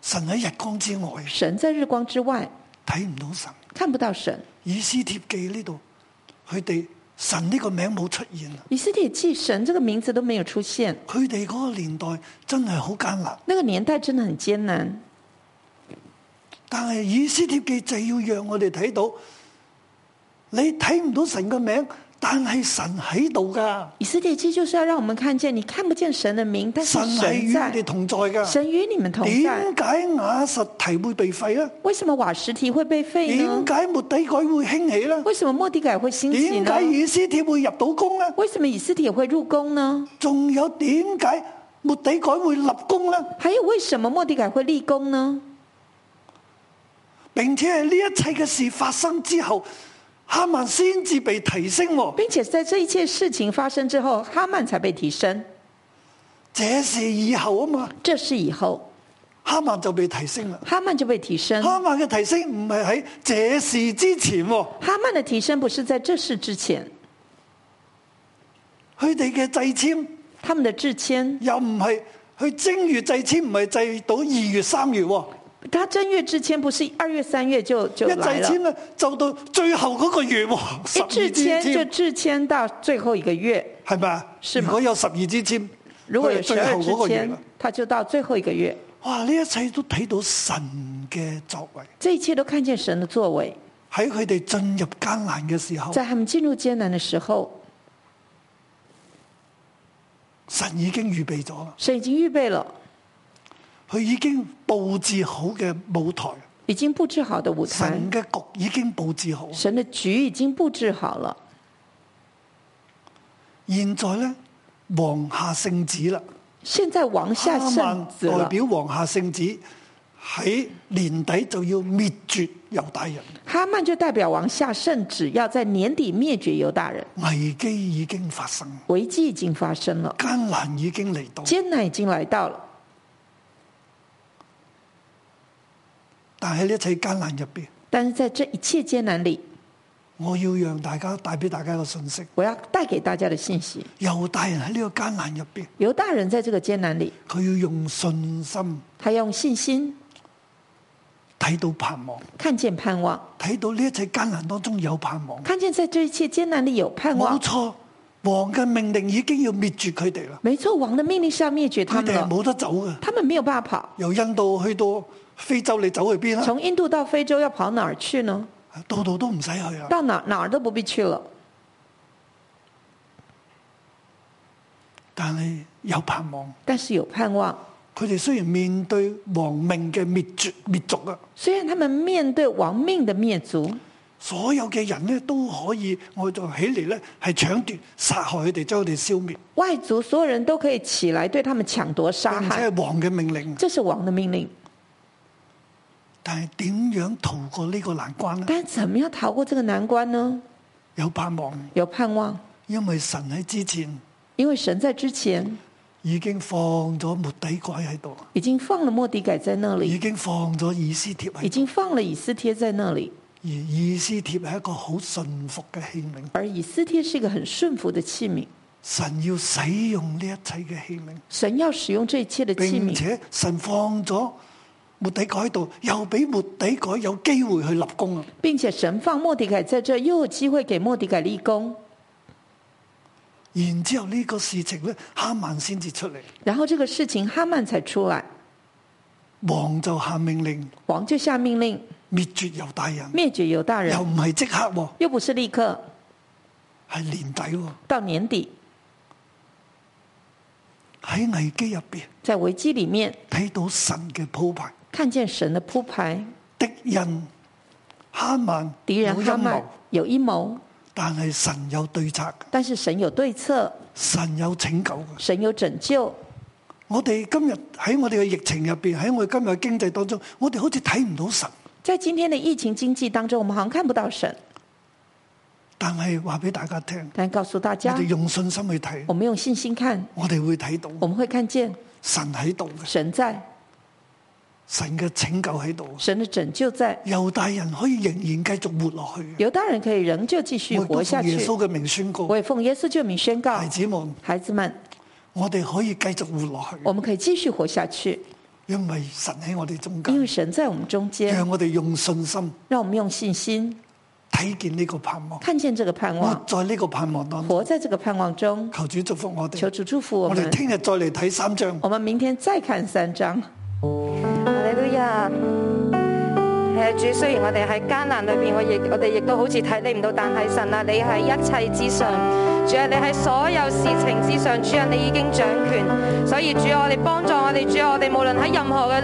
[SPEAKER 2] 神喺日光之外
[SPEAKER 3] 神在日光之外
[SPEAKER 2] 睇唔到神。
[SPEAKER 3] 看不到神。
[SPEAKER 2] 以斯帖記呢度，佢哋神呢個名冇出現啊！
[SPEAKER 3] 以斯帖记神这个名字都没有出现，
[SPEAKER 2] 佢哋嗰個年代真係好艱難，
[SPEAKER 3] 那个年代真的很艰难。
[SPEAKER 2] 但係以斯帖記就要讓我哋睇到，你睇唔到神嘅名，但係神喺度噶，
[SPEAKER 3] 以斯帖记就是要让我们看见，你看不见神的名，但是
[SPEAKER 2] 神係
[SPEAKER 3] 神
[SPEAKER 2] 與我
[SPEAKER 3] 在
[SPEAKER 2] 哋，同在噶。
[SPEAKER 3] 神与你们同在
[SPEAKER 2] 點。解雅實提會被廢呢？
[SPEAKER 3] 为什么瓦实提会被废呢
[SPEAKER 2] 點？解末底改會興起呢？
[SPEAKER 3] 为什么莫迪改会兴起
[SPEAKER 2] 點
[SPEAKER 3] 呢
[SPEAKER 2] 解？以斯帖會入到宮呢？
[SPEAKER 3] 为什么以斯帖会入宫呢？
[SPEAKER 2] 仲有點解末底改會立功呢？
[SPEAKER 3] 还有为什么莫迪改会立功呢？
[SPEAKER 2] 並且喺呢一切嘅事發生之後，哈曼先至被提升喎。
[SPEAKER 3] 并且在这一切事情发生之后，哈曼才被提升。
[SPEAKER 2] 這是以後啊嘛，
[SPEAKER 3] 这事以后，
[SPEAKER 2] 哈曼就被提升啦。
[SPEAKER 3] 哈曼就被提升。
[SPEAKER 2] 哈曼嘅提升唔係喺這事之前喎，
[SPEAKER 3] 哈曼的提升不是在这事之前，
[SPEAKER 2] 佢哋嘅祭簽
[SPEAKER 3] 他们的制签，
[SPEAKER 2] 又唔係佢正月祭簽唔係祭到二月三月喎，
[SPEAKER 3] 他正月制签不是二月三月就就
[SPEAKER 2] 一祭
[SPEAKER 3] 来了
[SPEAKER 2] 簽，咧就到最後嗰個月喎，十
[SPEAKER 3] 一
[SPEAKER 2] 二
[SPEAKER 3] 制
[SPEAKER 2] 支
[SPEAKER 3] 签就
[SPEAKER 2] 簽
[SPEAKER 3] 制签到最后一个月，
[SPEAKER 2] 係咪啊？
[SPEAKER 3] 是
[SPEAKER 2] 如
[SPEAKER 3] 嘛
[SPEAKER 2] 果有十二支簽，
[SPEAKER 3] 如果有
[SPEAKER 2] 佢係
[SPEAKER 3] 十
[SPEAKER 2] 最
[SPEAKER 3] 二
[SPEAKER 2] 後嗰
[SPEAKER 3] 支
[SPEAKER 2] 個月啦
[SPEAKER 3] 签。，他就到最后一个月。
[SPEAKER 2] 哇！呢一切都睇到神嘅作為。
[SPEAKER 3] 这一切都看见神的作为，
[SPEAKER 2] 喺佢哋進入艱難嘅時候，
[SPEAKER 3] 在他们进入艰难的时候，
[SPEAKER 2] 神已經預備咗啦，
[SPEAKER 3] 神已经预备了，
[SPEAKER 2] 佢已經佈置好嘅舞台，
[SPEAKER 3] 已经布置好的舞台，
[SPEAKER 2] 神嘅局已經佈置好。
[SPEAKER 3] 神的局已经布置好了。
[SPEAKER 2] 現在呢，王下聖子啦，
[SPEAKER 3] 现在王下
[SPEAKER 2] 哈曼
[SPEAKER 3] 圣子
[SPEAKER 2] 代
[SPEAKER 3] 了，
[SPEAKER 2] 表王下聖子喺年底就要滅絕猶大人，
[SPEAKER 3] 哈曼就代表王下圣旨，要在年底灭绝犹大人。
[SPEAKER 2] 危機已經發生，
[SPEAKER 3] 危机已经发生了，
[SPEAKER 2] 艱難已經嚟到，
[SPEAKER 3] 艰难已经来到了。
[SPEAKER 2] 但喺呢一切艱難入邊，
[SPEAKER 3] 但是在这一切艰难里，
[SPEAKER 2] 我要讓大家帶俾大家一個信息：
[SPEAKER 3] 我要带给大家的信息：
[SPEAKER 2] 猶大人喺呢個艱難入邊，
[SPEAKER 3] 犹大人在这个艰难里，
[SPEAKER 2] 佢要用信心
[SPEAKER 3] 他要用信心
[SPEAKER 2] 睇到盼望。
[SPEAKER 3] 看见盼望，
[SPEAKER 2] 睇到呢一切艱難當中有盼望。
[SPEAKER 3] 看见在这一切艰难里有盼
[SPEAKER 2] 冇
[SPEAKER 3] 望。
[SPEAKER 2] 錯，王嘅命令已經要滅絕佢哋啦，
[SPEAKER 3] 没错，王的命令是要灭绝他
[SPEAKER 2] 佢
[SPEAKER 3] 们
[SPEAKER 2] 哋係
[SPEAKER 3] 了，
[SPEAKER 2] 冇得走嘅。
[SPEAKER 3] 他们没有办法跑。
[SPEAKER 2] 由印度去到非洲，你走去邊啦？
[SPEAKER 3] 从印度到非洲要跑哪儿去呢？
[SPEAKER 2] 度度都唔使去啊！
[SPEAKER 3] 到哪哪儿都不必去了，
[SPEAKER 2] 但係有盼望。
[SPEAKER 3] 但是有盼望。
[SPEAKER 2] 佢哋雖然面對王命嘅滅絕滅族啊，
[SPEAKER 3] 虽然他们面对亡命的灭族，
[SPEAKER 2] 所有嘅人呢都可以我就起嚟呢係搶奪、殺害佢哋，將佢哋消滅。
[SPEAKER 3] 外族所有人都可以起来对他们搶夺杀
[SPEAKER 2] 並且
[SPEAKER 3] 害，
[SPEAKER 2] 係王嘅命令。
[SPEAKER 3] 这是王的命令。
[SPEAKER 2] 但係點樣逃過呢個難關呢？
[SPEAKER 3] 但怎么样逃过这个难关呢？
[SPEAKER 2] 有盼望，
[SPEAKER 3] 有盼望，
[SPEAKER 2] 因為神喺之前。
[SPEAKER 3] 因为神在之前
[SPEAKER 2] 已經放咗末底改喺度，
[SPEAKER 3] 已经放了莫迪改在那
[SPEAKER 2] 已
[SPEAKER 3] 里，
[SPEAKER 2] 經放咗以斯帖喺度，
[SPEAKER 3] 已经放了以斯帖在那里，
[SPEAKER 2] 而以斯帖係一個好信服嘅器皿，
[SPEAKER 3] 而以斯帖是一个很顺服的器皿。
[SPEAKER 2] 神要使用呢一切嘅器皿，
[SPEAKER 3] 神要使用这一切的器
[SPEAKER 2] 並
[SPEAKER 3] 皿，
[SPEAKER 2] 且神放咗末底改喺度，又俾末底改有機會去立功啊！
[SPEAKER 3] 并且神放莫迪改在这，又有机会给莫迪改立功。
[SPEAKER 2] 然之後呢個事情呢，哈曼先至出嚟，
[SPEAKER 3] 然后这个事情哈曼才出来，
[SPEAKER 2] 王就下命令
[SPEAKER 3] 王就下命令
[SPEAKER 2] 滅絕猶大人，
[SPEAKER 3] 灭绝犹大人
[SPEAKER 2] 又，唔係即刻喎，
[SPEAKER 3] 又不是立刻
[SPEAKER 2] 係年底喎，
[SPEAKER 3] 到年底，
[SPEAKER 2] 喺危機入邊
[SPEAKER 3] 在危机里面
[SPEAKER 2] 睇到神嘅鋪排。
[SPEAKER 3] 看见神的铺排，
[SPEAKER 2] 敵人哈曼
[SPEAKER 3] 敌人
[SPEAKER 2] 有
[SPEAKER 3] 哈
[SPEAKER 2] 陰
[SPEAKER 3] 曼
[SPEAKER 2] 謀，
[SPEAKER 3] 有阴谋，
[SPEAKER 2] 但係神有對策，
[SPEAKER 3] 但是神有对策，
[SPEAKER 2] 神有拯救嘅。
[SPEAKER 3] 神有拯救。
[SPEAKER 2] 我哋今日喺我哋嘅疫情入邊，喺我哋今日嘅經濟當中，我哋好似睇唔到神，
[SPEAKER 3] 在今天的疫情经济当中，我们好像看不到神，
[SPEAKER 2] 但係話俾大家聽，
[SPEAKER 3] 但告诉大
[SPEAKER 2] 我
[SPEAKER 3] 家
[SPEAKER 2] 哋，用信心去睇，
[SPEAKER 3] 我们用信心看，
[SPEAKER 2] 我哋會睇到
[SPEAKER 3] 我们会看见
[SPEAKER 2] 神喺度嘅，
[SPEAKER 3] 神在，
[SPEAKER 2] 神嘅拯救喺度。
[SPEAKER 3] 神的拯救在。
[SPEAKER 2] 猶大人可以仍然繼續活落去嘅。
[SPEAKER 3] 犹大人可以仍旧继续
[SPEAKER 2] 我亦都
[SPEAKER 3] 活下
[SPEAKER 2] 奉耶
[SPEAKER 3] 去。
[SPEAKER 2] 穌嘅名宣告
[SPEAKER 3] 我，也奉耶稣救名宣告
[SPEAKER 2] 孩，子們，
[SPEAKER 3] 孩子们，
[SPEAKER 2] 我哋可以繼續活落去。
[SPEAKER 3] 我们可以继续活下去。
[SPEAKER 2] 因為神喺我哋中
[SPEAKER 3] 因
[SPEAKER 2] 間，
[SPEAKER 3] 为神在我们中间，
[SPEAKER 2] 讓我哋用信心
[SPEAKER 3] 让我们用信心
[SPEAKER 2] 睇見呢個盼望，
[SPEAKER 3] 看见这个盼
[SPEAKER 2] 活
[SPEAKER 3] 望，
[SPEAKER 2] 在呢個盼望當中。
[SPEAKER 3] 活在这个盼望中。
[SPEAKER 2] 求主祝福我
[SPEAKER 3] 求
[SPEAKER 2] 哋，
[SPEAKER 3] 主祝福我
[SPEAKER 2] 我哋
[SPEAKER 3] 们。
[SPEAKER 2] 聽日再嚟睇三章。
[SPEAKER 3] 我们明天再看三章。
[SPEAKER 4] 哈利路亞！誒主，雖然我哋喺艱難裏邊，我亦我哋亦都好似睇你唔到，但係神啊，你喺一切之上，主啊，你喺所有事情之上，主啊，你已經掌權。所以主啊，我哋幫助我哋，主啊，我哋無論喺任何嘅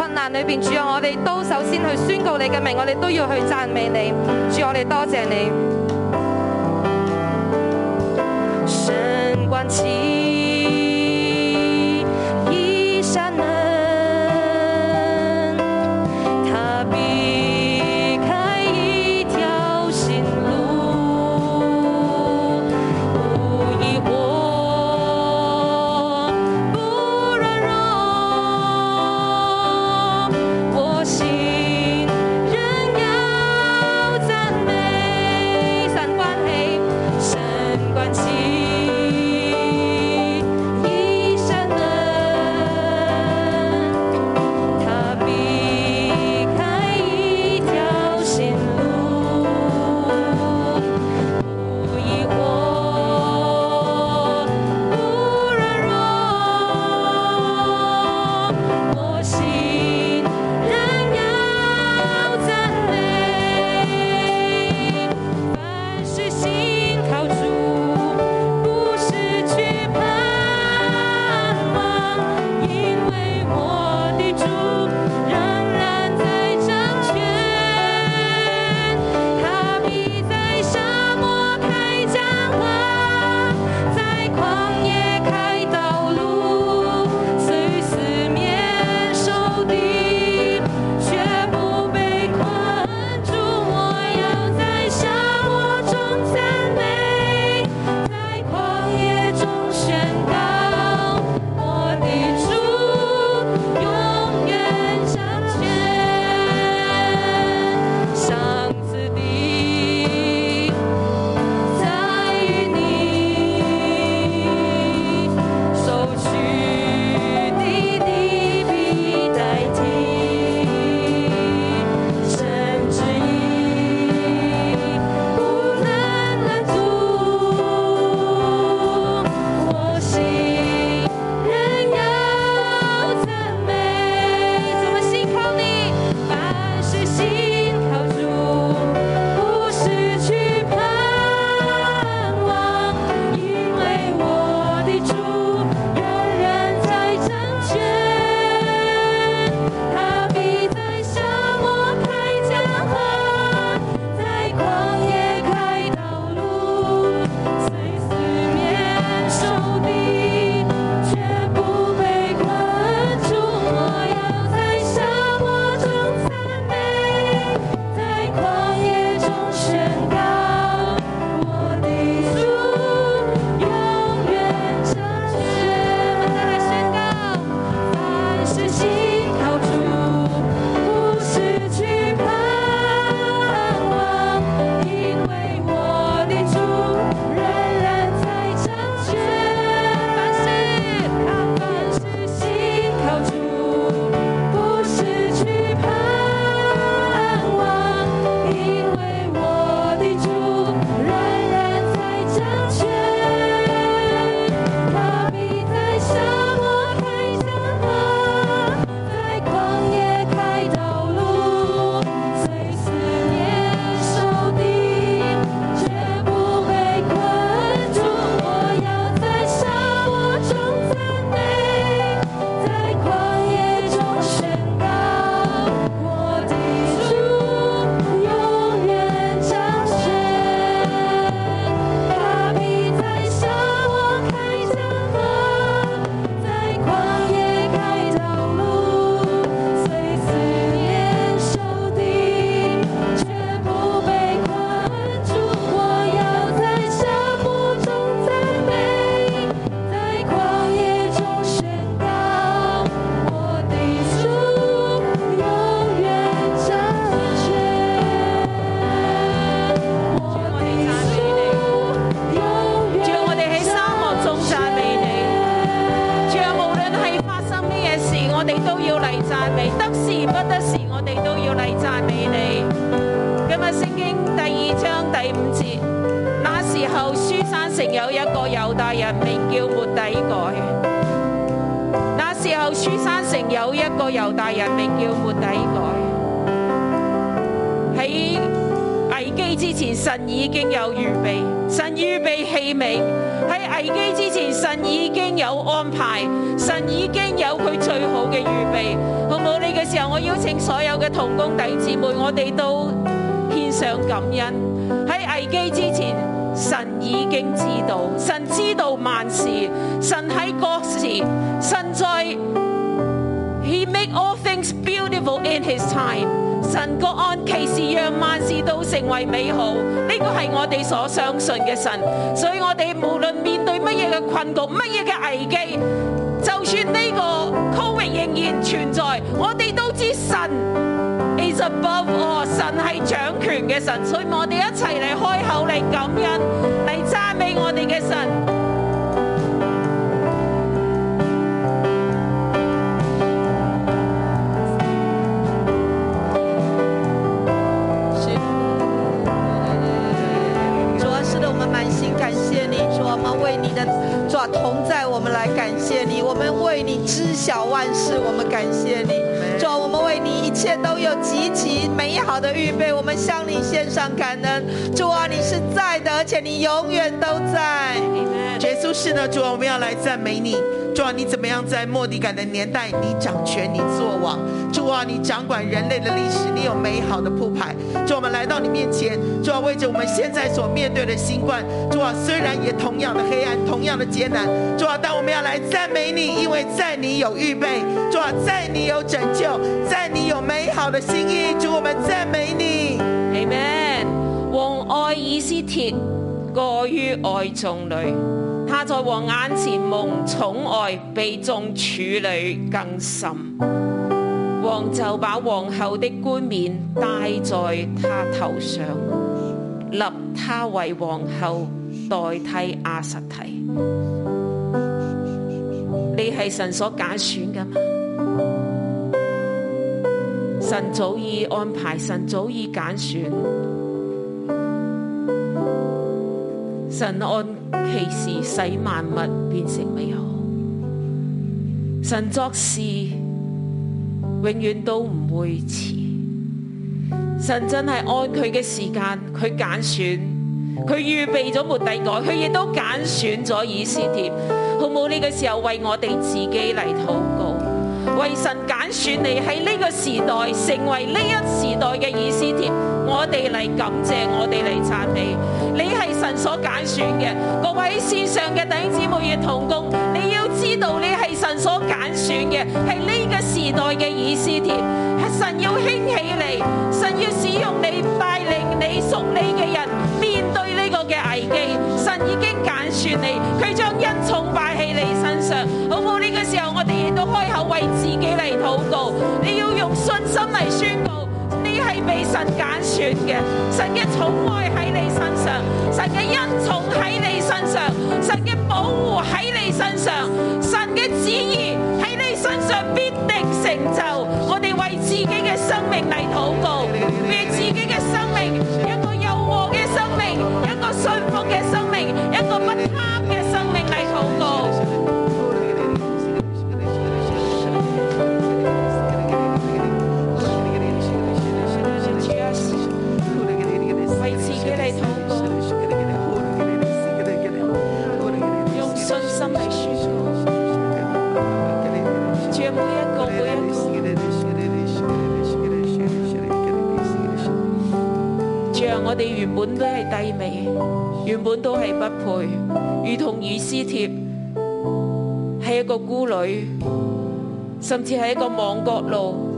[SPEAKER 4] 困難裏邊，主啊，我哋都首先去宣告你嘅名，我哋都要去讚美你。主，我哋多謝你。神光起一扇门，它避开一条新路，不疑惑，不软弱，我心仍要赞美。神关起，神关起。
[SPEAKER 5] 事，我哋都要嚟赞美你。今日圣经第二章第五节，那时候書山城有一個猶大人，名叫末底改。那時候書山城有一個猶大人，名叫末底改。喺危機之前，神已經有預備，神預備器皿。喺危機之前，神已經有安排，神已經有佢最好嘅預備，好冇？呢嘅時候，我邀請所有嘅同工弟兄姊妹，我哋都獻上感恩。喺危機之前，神已經知道，神知道萬事，神喺各時，神在。He make all things beautiful in His time。神個按其時讓萬事都成為美好，呢個係我哋所相信嘅神。所以我哋無論面對乜嘢嘅困局、乜嘢嘅危機，就算呢個 Covid 仍然存在，我哋都知神。is above all，神係掌權嘅神，所以我哋一齊嚟開口嚟感恩，嚟讚美我哋嘅神。
[SPEAKER 6] 主啊，是的，我们满心感谢你，主啊，我们为你的主啊同在，我们来感谢你，我们为你知晓万事，我们感谢你，主啊，我们为你一切都有极其美好的预备，我们向你献上感恩，主啊，你是在的，而且你永远都在。
[SPEAKER 7] 耶稣是呢，主啊，我们要来赞美你。主啊，你怎么样在莫迪感的年代，你掌权，你作王。主啊，你掌管人类的历史，你有美好的铺排。主啊，我们来到你面前，主啊，为着我们现在所面对的新冠，主啊，虽然也同样的黑暗，同样的艰难，主啊，但我们要来赞美你，因为在你有预备，主啊，在你有拯救，在你有美好的心意。主，我们赞美你。
[SPEAKER 5] Amen。王爱以斯帖过于爱众女，他在王眼前蒙宠爱，比众处女更甚。王就把皇后的冠冕戴在他头上，立他为皇后，代替阿实提。你系神所拣选噶嘛？神早已安排，神早已拣选，神按其時使萬物變成美好。神作事永遠都唔會遲，神真係按佢嘅時間，佢揀選，佢預備咗末底改，佢亦都揀選咗以斯帖，好冇呢、個時候為我哋自己嚟禱告。为神拣选你喺呢个时代成为呢一时代嘅以斯帖，我哋嚟感谢，我哋嚟赞美。你系神所拣选嘅，各位线上嘅弟兄姊妹嘅同工，你要知道你系神所拣选嘅，系呢个时代嘅以斯帖，系神要兴起你，神要使用你带领你属你嘅人面对呢个嘅危机，神已经拣选你，佢将恩宠摆喺你身上，好冇呢、個个时候我哋亦都开口为自己嚟祷告，你要用信心嚟宣告。你系被神拣选嘅，神嘅宠爱喺你身上，神嘅恩宠喺你身上，神嘅保护喺你身上，神嘅旨意喺你身上必定成就。我哋为自己嘅生命嚟祷告，为自己嘅生命，一个柔和嘅生命，一个信服嘅生命，一个不贪嘅生命嚟祷告。为自己嚟祷告，用信心嚟宣告。主啊，每一个每一个，主啊，我哋原本都系低微，原本都系不配，如同以斯帖系一个孤女，甚至系一个亡国奴。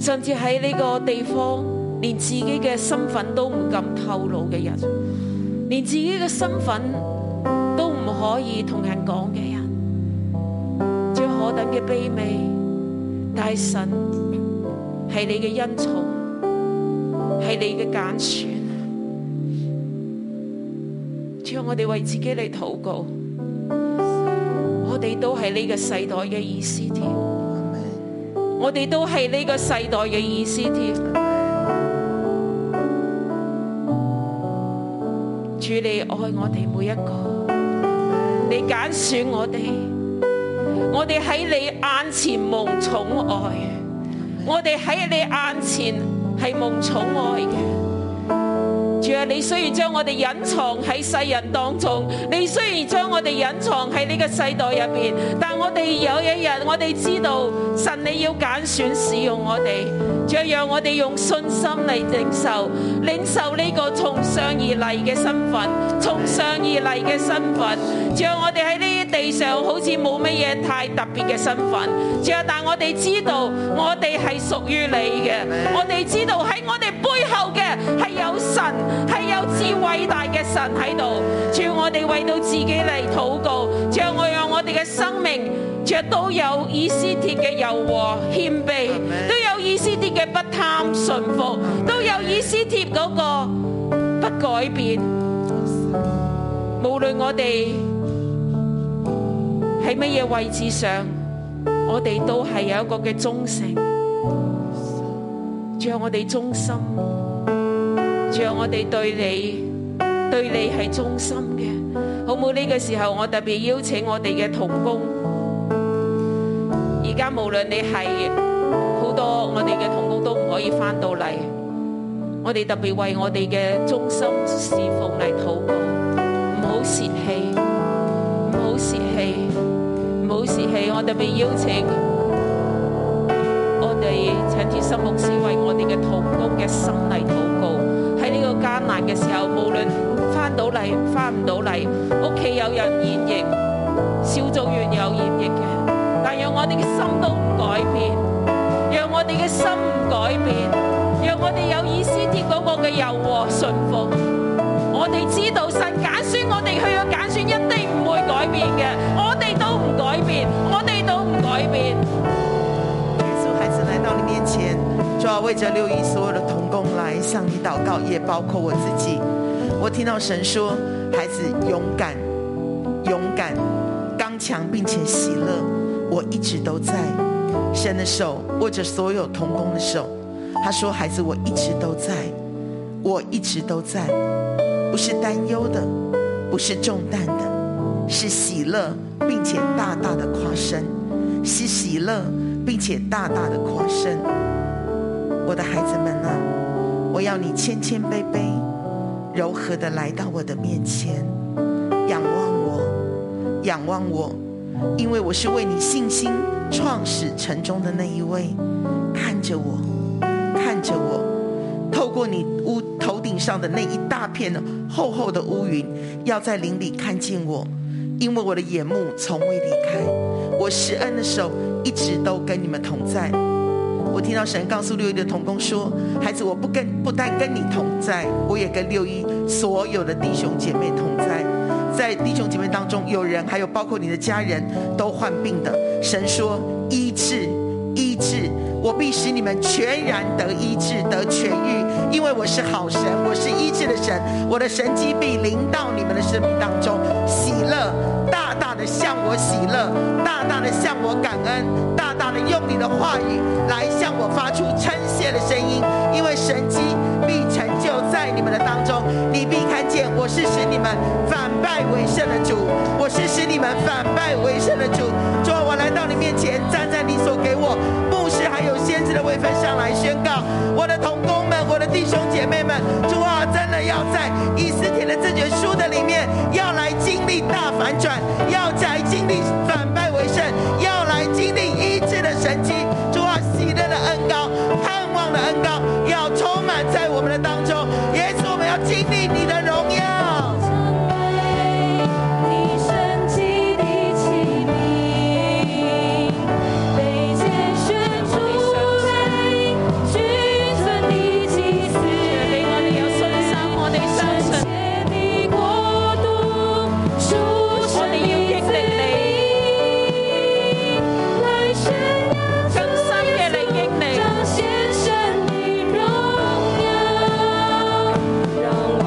[SPEAKER 5] 甚至喺呢個地方，連自己嘅身份都唔敢透露嘅人，連自己嘅身份都唔可以同人講嘅人，最可等嘅卑微。但係神係你嘅恩寵，係你嘅揀選。主啊，我哋為自己嚟禱告，我哋都係呢個世代嘅以斯帖。我哋都係呢個世代嘅以斯帖。主你愛我哋每一個，你揀選我哋，我哋喺你眼前蒙寵愛，我哋喺你眼前係蒙寵愛嘅。主啊，你雖然將我哋隱藏喺世人當中，你雖然將我哋隱藏喺呢個世代入邊，但我哋有一日，我哋知道神你要揀選使用我哋，主啊，讓我哋用信心嚟領受，領受呢個從上而嚟嘅身份，從上而嚟嘅身份，主啊，我哋喺呢啲地上好似冇乜嘢太特別嘅身份，主啊，但我哋知道我哋係屬於你嘅，我哋知道喺我哋背後嘅係有神，係有至偉大嘅神喺度。主，我哋為到自己嚟禱告，主，我讓我哋嘅生命，主都有以斯帖嘅柔和謙卑，都有以斯帖嘅不貪順服，都有以斯帖嗰個不改變。無論我哋喺乜嘢位置上，我哋都係有一個嘅忠誠。主，我哋忠心。主啊，我哋對你對你係忠心嘅，好冇？呢、個時候我特別邀請我哋嘅童工，而家無論你係好多我哋嘅童工都唔可以翻到嚟，我哋特別為我哋嘅忠心侍奉嚟禱告，唔好泄氣，唔好泄氣，唔好泄氣，我特別邀請。我哋請天心牧師為我哋嘅童工嘅心嚟禱告。喺呢個艱難嘅時候，無論翻到嚟翻唔到嚟，屋企有人現役，小組員有現役嘅，但讓我哋嘅心都唔改變，讓我哋嘅心唔改變，讓我哋有以斯帖嗰個嘅柔和順服。我哋知道神揀選我哋去嘅揀選一定唔會改變嘅，我哋都唔改變，我哋都唔改變。
[SPEAKER 7] 耶稣孩子来到你面前，主要为着六一所有的童工来向你祷告，也包括我自己。我听到神说：“孩子勇敢，勇敢，刚强，并且喜乐，我一直都在。”神的手握着所有童工的手，他说：“孩子，我一直都在，我一直都在，不是担忧的，不是重担的，是喜乐，并且大大的夸声，是喜乐，并且大大的夸声。我的孩子们啊，我要你谦谦卑卑、柔和的来到我的面前，仰望我，仰望我，因为我是为你信心创始成终的那一位。看着我，看着我，透过你乌头顶上的那一大片厚厚的乌云，要在林里看见我，因为我的眼目从未离开，我施恩的手一直都跟你们同在。我听到神告诉六一的童工说：“孩子，我不跟不但跟你同在，我也跟六一所有的弟兄姐妹同在。在弟兄姐妹当中，有人还有包括你的家人都患病的，神说医治，医治。”我必使你们全然得医治，得痊愈，因为我是好神，我是医治的神，我的神机必临到你们的生命当中。喜乐，大大的向我喜乐，大大的向我感恩，大大的用你的话语来向我发出称谢的声音，因为神机必成就在你们的当中。你必看见，我是使你们反败为胜的主，我是使你们反败为胜的主。主啊，我来到你面前，站在你所给我牧师还有先知的位分上来宣告，我的同工们，我的弟兄姐妹们，主啊，真的要在以斯帖的这卷书的里面，要来经历大反转，要来经历反败为胜，要来经历医治的神迹。主啊，喜乐的恩高，盼望的恩高，要充满在我们的当中。也许我们要经历你的荣耀。
[SPEAKER 8] 你神迹的奇名，被拣选出为君尊的祭司。
[SPEAKER 5] 俾我哋有信心，我哋相信。
[SPEAKER 8] 圣洁的国度，属
[SPEAKER 5] 我哋要
[SPEAKER 8] 神
[SPEAKER 5] 经歷
[SPEAKER 8] 你，来宣扬
[SPEAKER 5] 更深嘅嚟經歷
[SPEAKER 8] 彰显神的荣耀。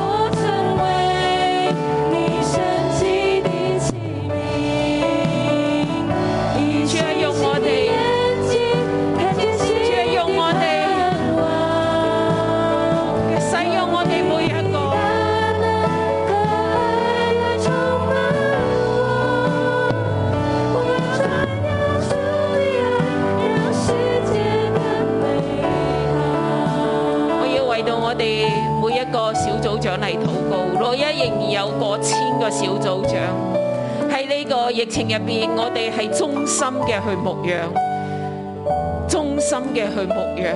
[SPEAKER 5] 到我哋每一個小組長嚟禱告，六一仍然有過千個小組長喺呢個疫情入邊，我哋係忠心嘅去牧養。忠心嘅去牧養，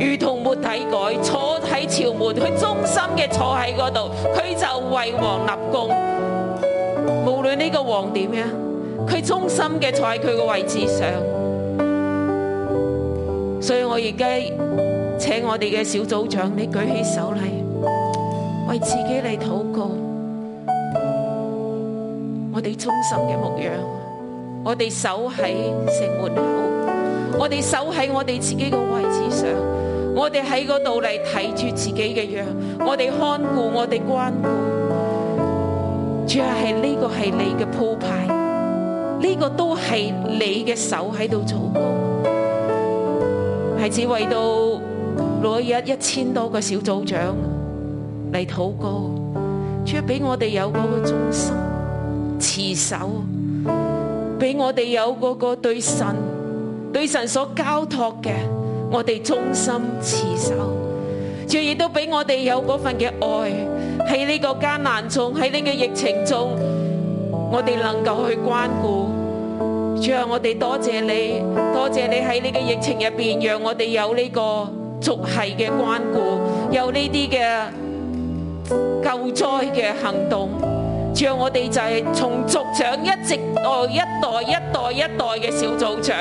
[SPEAKER 5] 如同末底改坐喺朝門，佢忠心嘅坐喺嗰度，佢就為王立功。無論呢個王點樣，啊佢忠心嘅坐喺佢個位置上。所以我而家請我哋嘅小組長，你舉起手嚟，為自己嚟禱告。我哋忠心嘅牧養，我哋守喺城門口。我哋守喺我哋自己個位置上，我哋喺嗰度嚟睇住自己嘅羊，我哋看顧，我哋關顧。主啊，係呢個係你嘅鋪排，呢、個都係你嘅手喺度做工，係只為到每日一千多個小組長嚟禱告。主啊，俾我哋有嗰個忠心持守，俾我哋有嗰個對神。对神所交托嘅，我哋忠心持守。主亦都俾我哋有嗰份嘅愛，喺呢個艱難中，喺呢個疫情中，我哋能夠去關顧。主啊，我哋多謝你，多謝你喺呢個疫情入边，讓我哋有呢個族系嘅關顧，有呢啲嘅救災嘅行動。主啊，我哋就係從族長一直到一代一代一代嘅小組長。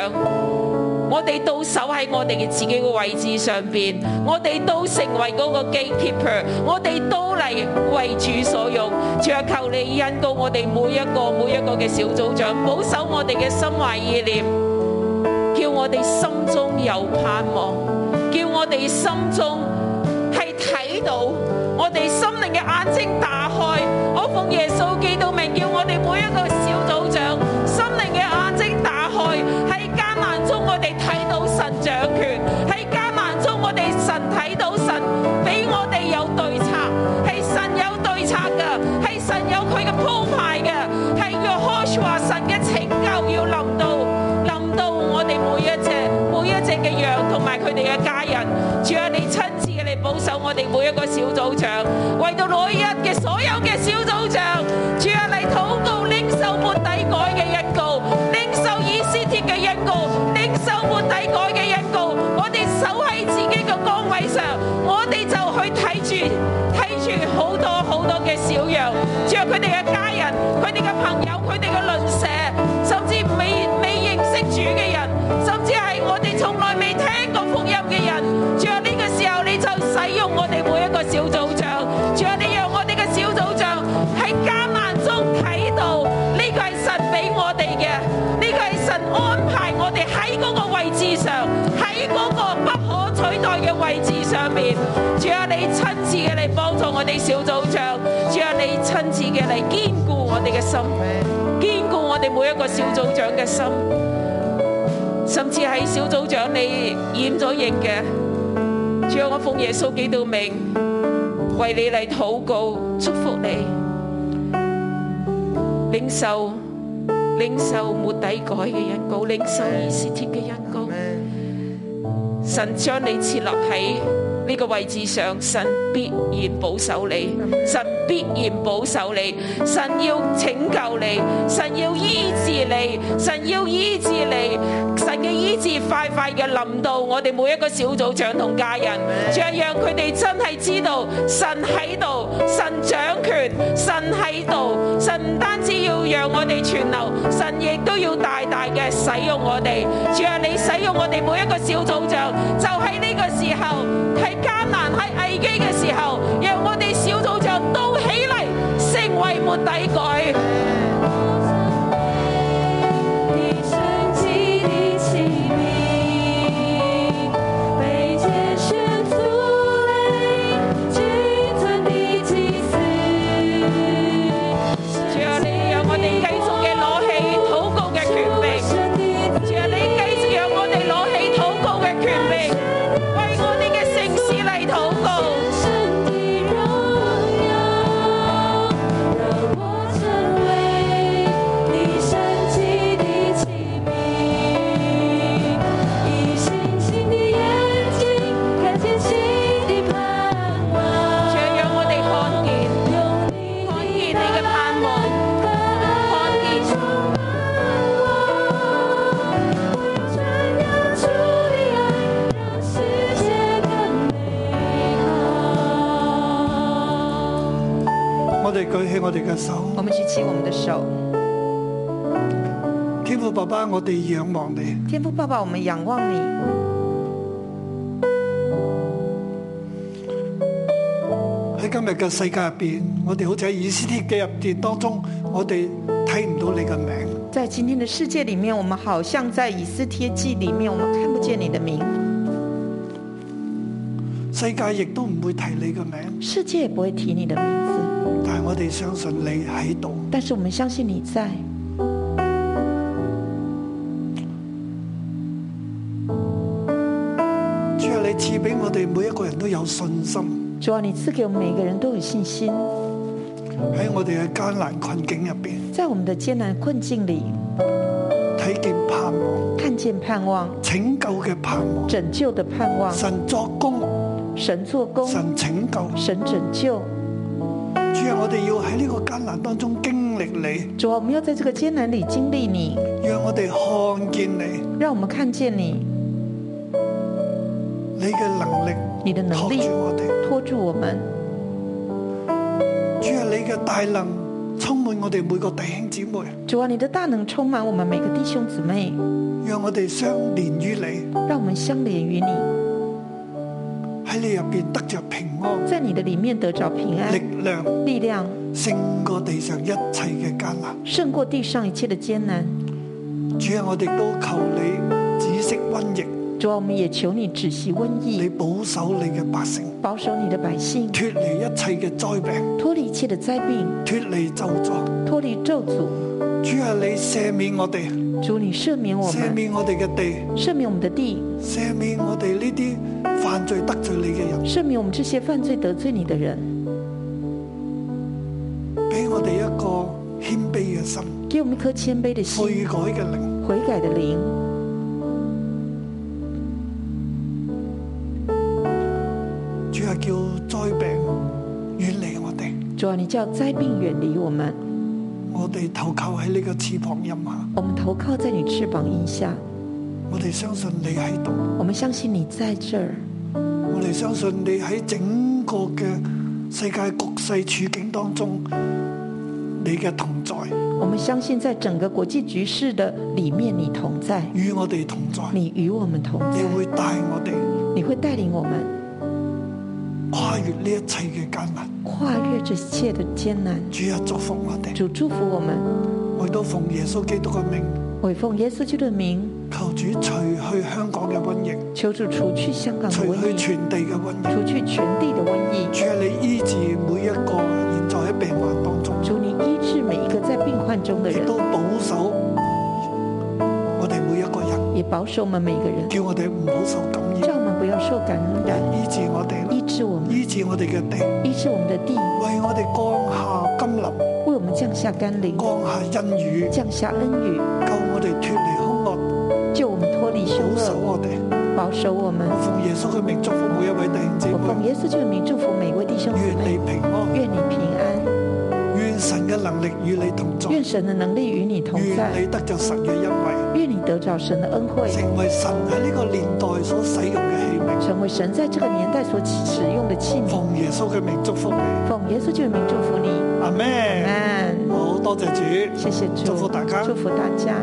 [SPEAKER 5] 我哋到守喺我哋嘅自己嘅位置上边，我哋都成為嗰個 gatekeeper，我哋都嚟為主所用。主啊，求你恩告我哋每一個每一個嘅小組長，保守我哋嘅心懷意念，叫我哋心中有盼望，叫我哋心中係睇到我哋心靈嘅眼睛打開。我奉耶穌基督名，叫我哋每一個小組長心靈嘅眼睛打開，喺艱難中我哋睇到神掌權，喺艱難中我哋神睇到神俾我哋有對策，係神有對策嘅，係神有佢嘅鋪排嘅，係約何書話神嘅拯救要臨到。臨到我哋每一隻每一隻嘅羊同埋佢哋嘅家人。主啊，你親自嘅嚟保守我哋每一個小組長，為到每一嘅所有嘅小組長，主啊，你禱告領受末底改嘅恩告，領受以斯帖嘅恩告，領受末底改嘅恩告。我哋守喺自己嘅崗位上，我哋就去睇住睇住好多好多嘅小羊，主啊，佢哋嘅家人、佢哋嘅朋友、佢哋嘅鄰舍，甚至未未認識主嘅人，甚至係我哋從來未聽過福音嘅人。主啊，呢個時候你就使用我哋每一個小組長，主啊，你讓我哋嘅小組長喺艱難中睇到呢個係神俾我哋嘅，呢個係神安排我哋喺嗰個位置上，喺嗰個不可取代嘅位置上面。主啊，你親自嘅嚟幫助我哋小組長，主啊，你親自嘅嚟堅固我哋嘅心，堅固我哋每一個小組長嘅心。甚至喺小組長你染咗疫嘅，主啊，我奉耶穌基督名為你嚟禱告，祝福你，領受領受末底改嘅恩膏，領受以斯帖嘅恩膏。神將你設立喺呢個位置上，神必然保守你，神必然保守你，神要拯救你，神要醫治你，神要醫治你，神嘅醫治快快嘅臨到我哋每一個小組長同家人，仲讓佢哋真係知道神喺度，神掌權，神喺度，神唔單止要讓我哋存留，神亦都要大大嘅使用我哋，主啊，你使用我哋每一個小組長，就喺呢個時候，喺艱難喺危機嘅時候，讓我哋小組長都起嚟，成為末底改。啊
[SPEAKER 8] 你神迹的奇名，被天神父泪，君尊的祭司。
[SPEAKER 5] 主啊，你讓我哋繼續嘅攞起禱告嘅權柄。主啊，你繼續讓我哋攞起禱告嘅權柄，為
[SPEAKER 2] 哋舉起我哋嘅手，
[SPEAKER 3] 我们举起我们的手，
[SPEAKER 2] 天父爸爸，我哋仰望你，
[SPEAKER 3] 天父爸爸，我们仰望你，
[SPEAKER 2] 喺今日嘅世界入边，我哋好似喺以斯帖嘅入边當中，我哋睇唔到你嘅名，
[SPEAKER 3] 在今天的世界里面，我们好像在以斯帖记里面，我们看不见你的名，
[SPEAKER 2] 世界亦都唔會提你嘅名，
[SPEAKER 3] 世界也不会提你的名字，
[SPEAKER 2] 但係我哋相信你喺度。
[SPEAKER 3] 但是我们相信你在。
[SPEAKER 2] 主啊，你賜俾我哋每一個人都有信心，
[SPEAKER 3] 主啊，你赐给我们每个人都有信心，
[SPEAKER 2] 喺我哋嘅艱難困境入边
[SPEAKER 3] 在我们的艰难困境里
[SPEAKER 2] 睇見盼望，
[SPEAKER 3] 看见盼望，
[SPEAKER 2] 拯救嘅盼望，
[SPEAKER 3] 拯救的盼望，
[SPEAKER 2] 神作工，
[SPEAKER 3] 神做工，
[SPEAKER 2] 神拯救。
[SPEAKER 3] 神拯救。
[SPEAKER 2] 主啊，我哋要喺呢個艱難當中經歷你，
[SPEAKER 3] 主啊，我们要在这个艰难里经历你，
[SPEAKER 2] 讓我哋看見你，
[SPEAKER 3] 让我们看见你，
[SPEAKER 2] 你嘅能力
[SPEAKER 3] 你的能
[SPEAKER 2] 托
[SPEAKER 3] 力
[SPEAKER 2] 住我哋。
[SPEAKER 3] 托住我们。
[SPEAKER 2] 主啊，你嘅大能充滿我哋每個弟兄姊妹，
[SPEAKER 3] 主啊，你的大能充满我们每个弟兄姊妹，
[SPEAKER 2] 讓我哋相連於你，
[SPEAKER 3] 让我们相连于你，
[SPEAKER 2] 喺你入邊得着平安、
[SPEAKER 3] 在你的里面得着平
[SPEAKER 2] 力
[SPEAKER 3] 安、
[SPEAKER 2] 量，
[SPEAKER 3] 力量，
[SPEAKER 2] 勝過地上一切嘅艱難。
[SPEAKER 3] 胜过地上一切的艰难。
[SPEAKER 2] 主啊，我哋都求你止息瘟疫，
[SPEAKER 3] 主啊，我们也求你止息瘟
[SPEAKER 2] 你
[SPEAKER 3] 疫，
[SPEAKER 2] 保守你嘅百姓，
[SPEAKER 3] 保守你的百姓，
[SPEAKER 2] 脱離一切嘅災病，
[SPEAKER 3] 脱离一切的灾病，
[SPEAKER 2] 脱離咒詛。
[SPEAKER 3] 脱离咒诅。
[SPEAKER 2] 主啊，你赦免我哋，
[SPEAKER 3] 主，你赦免我
[SPEAKER 2] 赦
[SPEAKER 3] 们，
[SPEAKER 2] 免我哋嘅地。
[SPEAKER 3] 赦免我们的地，
[SPEAKER 2] 赦免我哋呢啲犯罪得罪你嘅人，
[SPEAKER 3] 赦免我们这些犯罪得罪你的人，
[SPEAKER 2] 俾我哋一個謙卑嘅心、
[SPEAKER 3] 给我们一颗谦卑
[SPEAKER 2] 悔
[SPEAKER 3] 的心，
[SPEAKER 2] 改嘅靈，
[SPEAKER 3] 悔改的灵。
[SPEAKER 2] 主啊，叫災病遠離我哋，
[SPEAKER 3] 主啊，你叫灾病远离我们，
[SPEAKER 2] 我哋投靠喺呢個翅膀荫下，
[SPEAKER 3] 我们投靠在你翅膀荫下，
[SPEAKER 2] 我哋相信你喺度，
[SPEAKER 3] 我们相信你在这儿，
[SPEAKER 2] 我哋相信你喺整個嘅世界局勢處境當中，你嘅同在
[SPEAKER 3] 我们相信在整个国际局势的里面，你同在，
[SPEAKER 2] 與我哋同在，
[SPEAKER 3] 你与我们同在
[SPEAKER 2] 你，會帶我哋
[SPEAKER 3] 你会带领我们
[SPEAKER 2] 跨越呢一切嘅艱難。
[SPEAKER 3] 跨越这一切的艰难。
[SPEAKER 2] 主啊，祝福我哋，
[SPEAKER 3] 主祝福我们，
[SPEAKER 2] 我亦都奉耶穌基督嘅名。
[SPEAKER 3] 我奉耶稣基督的名，
[SPEAKER 2] 求主除去香港嘅瘟疫，
[SPEAKER 3] 求主除去香港的
[SPEAKER 2] 除
[SPEAKER 3] 瘟
[SPEAKER 2] 去
[SPEAKER 3] 疫，
[SPEAKER 2] 全地嘅瘟疫。
[SPEAKER 3] 除去全地的瘟疫。
[SPEAKER 2] 主啊，你醫治每一個現在喺病患當中，
[SPEAKER 3] 主，你醫治每一个在病患中的
[SPEAKER 2] 亦
[SPEAKER 3] 人，
[SPEAKER 2] 都保守我哋每一個人，
[SPEAKER 3] 也保守我们每一个人，
[SPEAKER 2] 叫我哋唔好受感
[SPEAKER 3] 叫
[SPEAKER 2] 染。
[SPEAKER 3] 我们不要受感染，
[SPEAKER 2] 醫治我哋
[SPEAKER 3] 医
[SPEAKER 2] 啦，
[SPEAKER 3] 治我们，
[SPEAKER 2] 醫治我哋嘅地，
[SPEAKER 3] 医治我们的地，
[SPEAKER 2] 為我哋降下甘霖，
[SPEAKER 3] 为我们降下甘霖，
[SPEAKER 2] 降下恩雨，
[SPEAKER 3] 降下恩雨，
[SPEAKER 2] 救我哋脱離兇惡，
[SPEAKER 3] 救我们脱离凶
[SPEAKER 2] 保守
[SPEAKER 3] 恶，
[SPEAKER 2] 我哋。
[SPEAKER 3] 保守我们。
[SPEAKER 2] 奉耶穌嘅名祝福每一位弟兄姊
[SPEAKER 3] 我奉
[SPEAKER 2] 妹，
[SPEAKER 3] 耶稣基督的名祝福每一位弟兄姊
[SPEAKER 2] 願你
[SPEAKER 3] 妹，
[SPEAKER 2] 平安，
[SPEAKER 3] 愿你平安，
[SPEAKER 2] 願神嘅能力與你同在，
[SPEAKER 3] 愿神的能力与你同
[SPEAKER 2] 願
[SPEAKER 3] 在，
[SPEAKER 2] 你得着神嘅恩惠。
[SPEAKER 3] 愿你得着神的恩惠，
[SPEAKER 2] 成為神喺呢個年代所使用嘅器皿。
[SPEAKER 3] 成为神在这个年代所使用的器皿。
[SPEAKER 2] 奉耶穌嘅名祝福你，
[SPEAKER 3] 奉耶稣基督的名祝福你，
[SPEAKER 2] 阿
[SPEAKER 3] 阿
[SPEAKER 2] 咩？
[SPEAKER 3] 门。
[SPEAKER 2] 好多謝主。
[SPEAKER 3] 谢谢主，
[SPEAKER 2] 祝福大家
[SPEAKER 3] 祝福大家。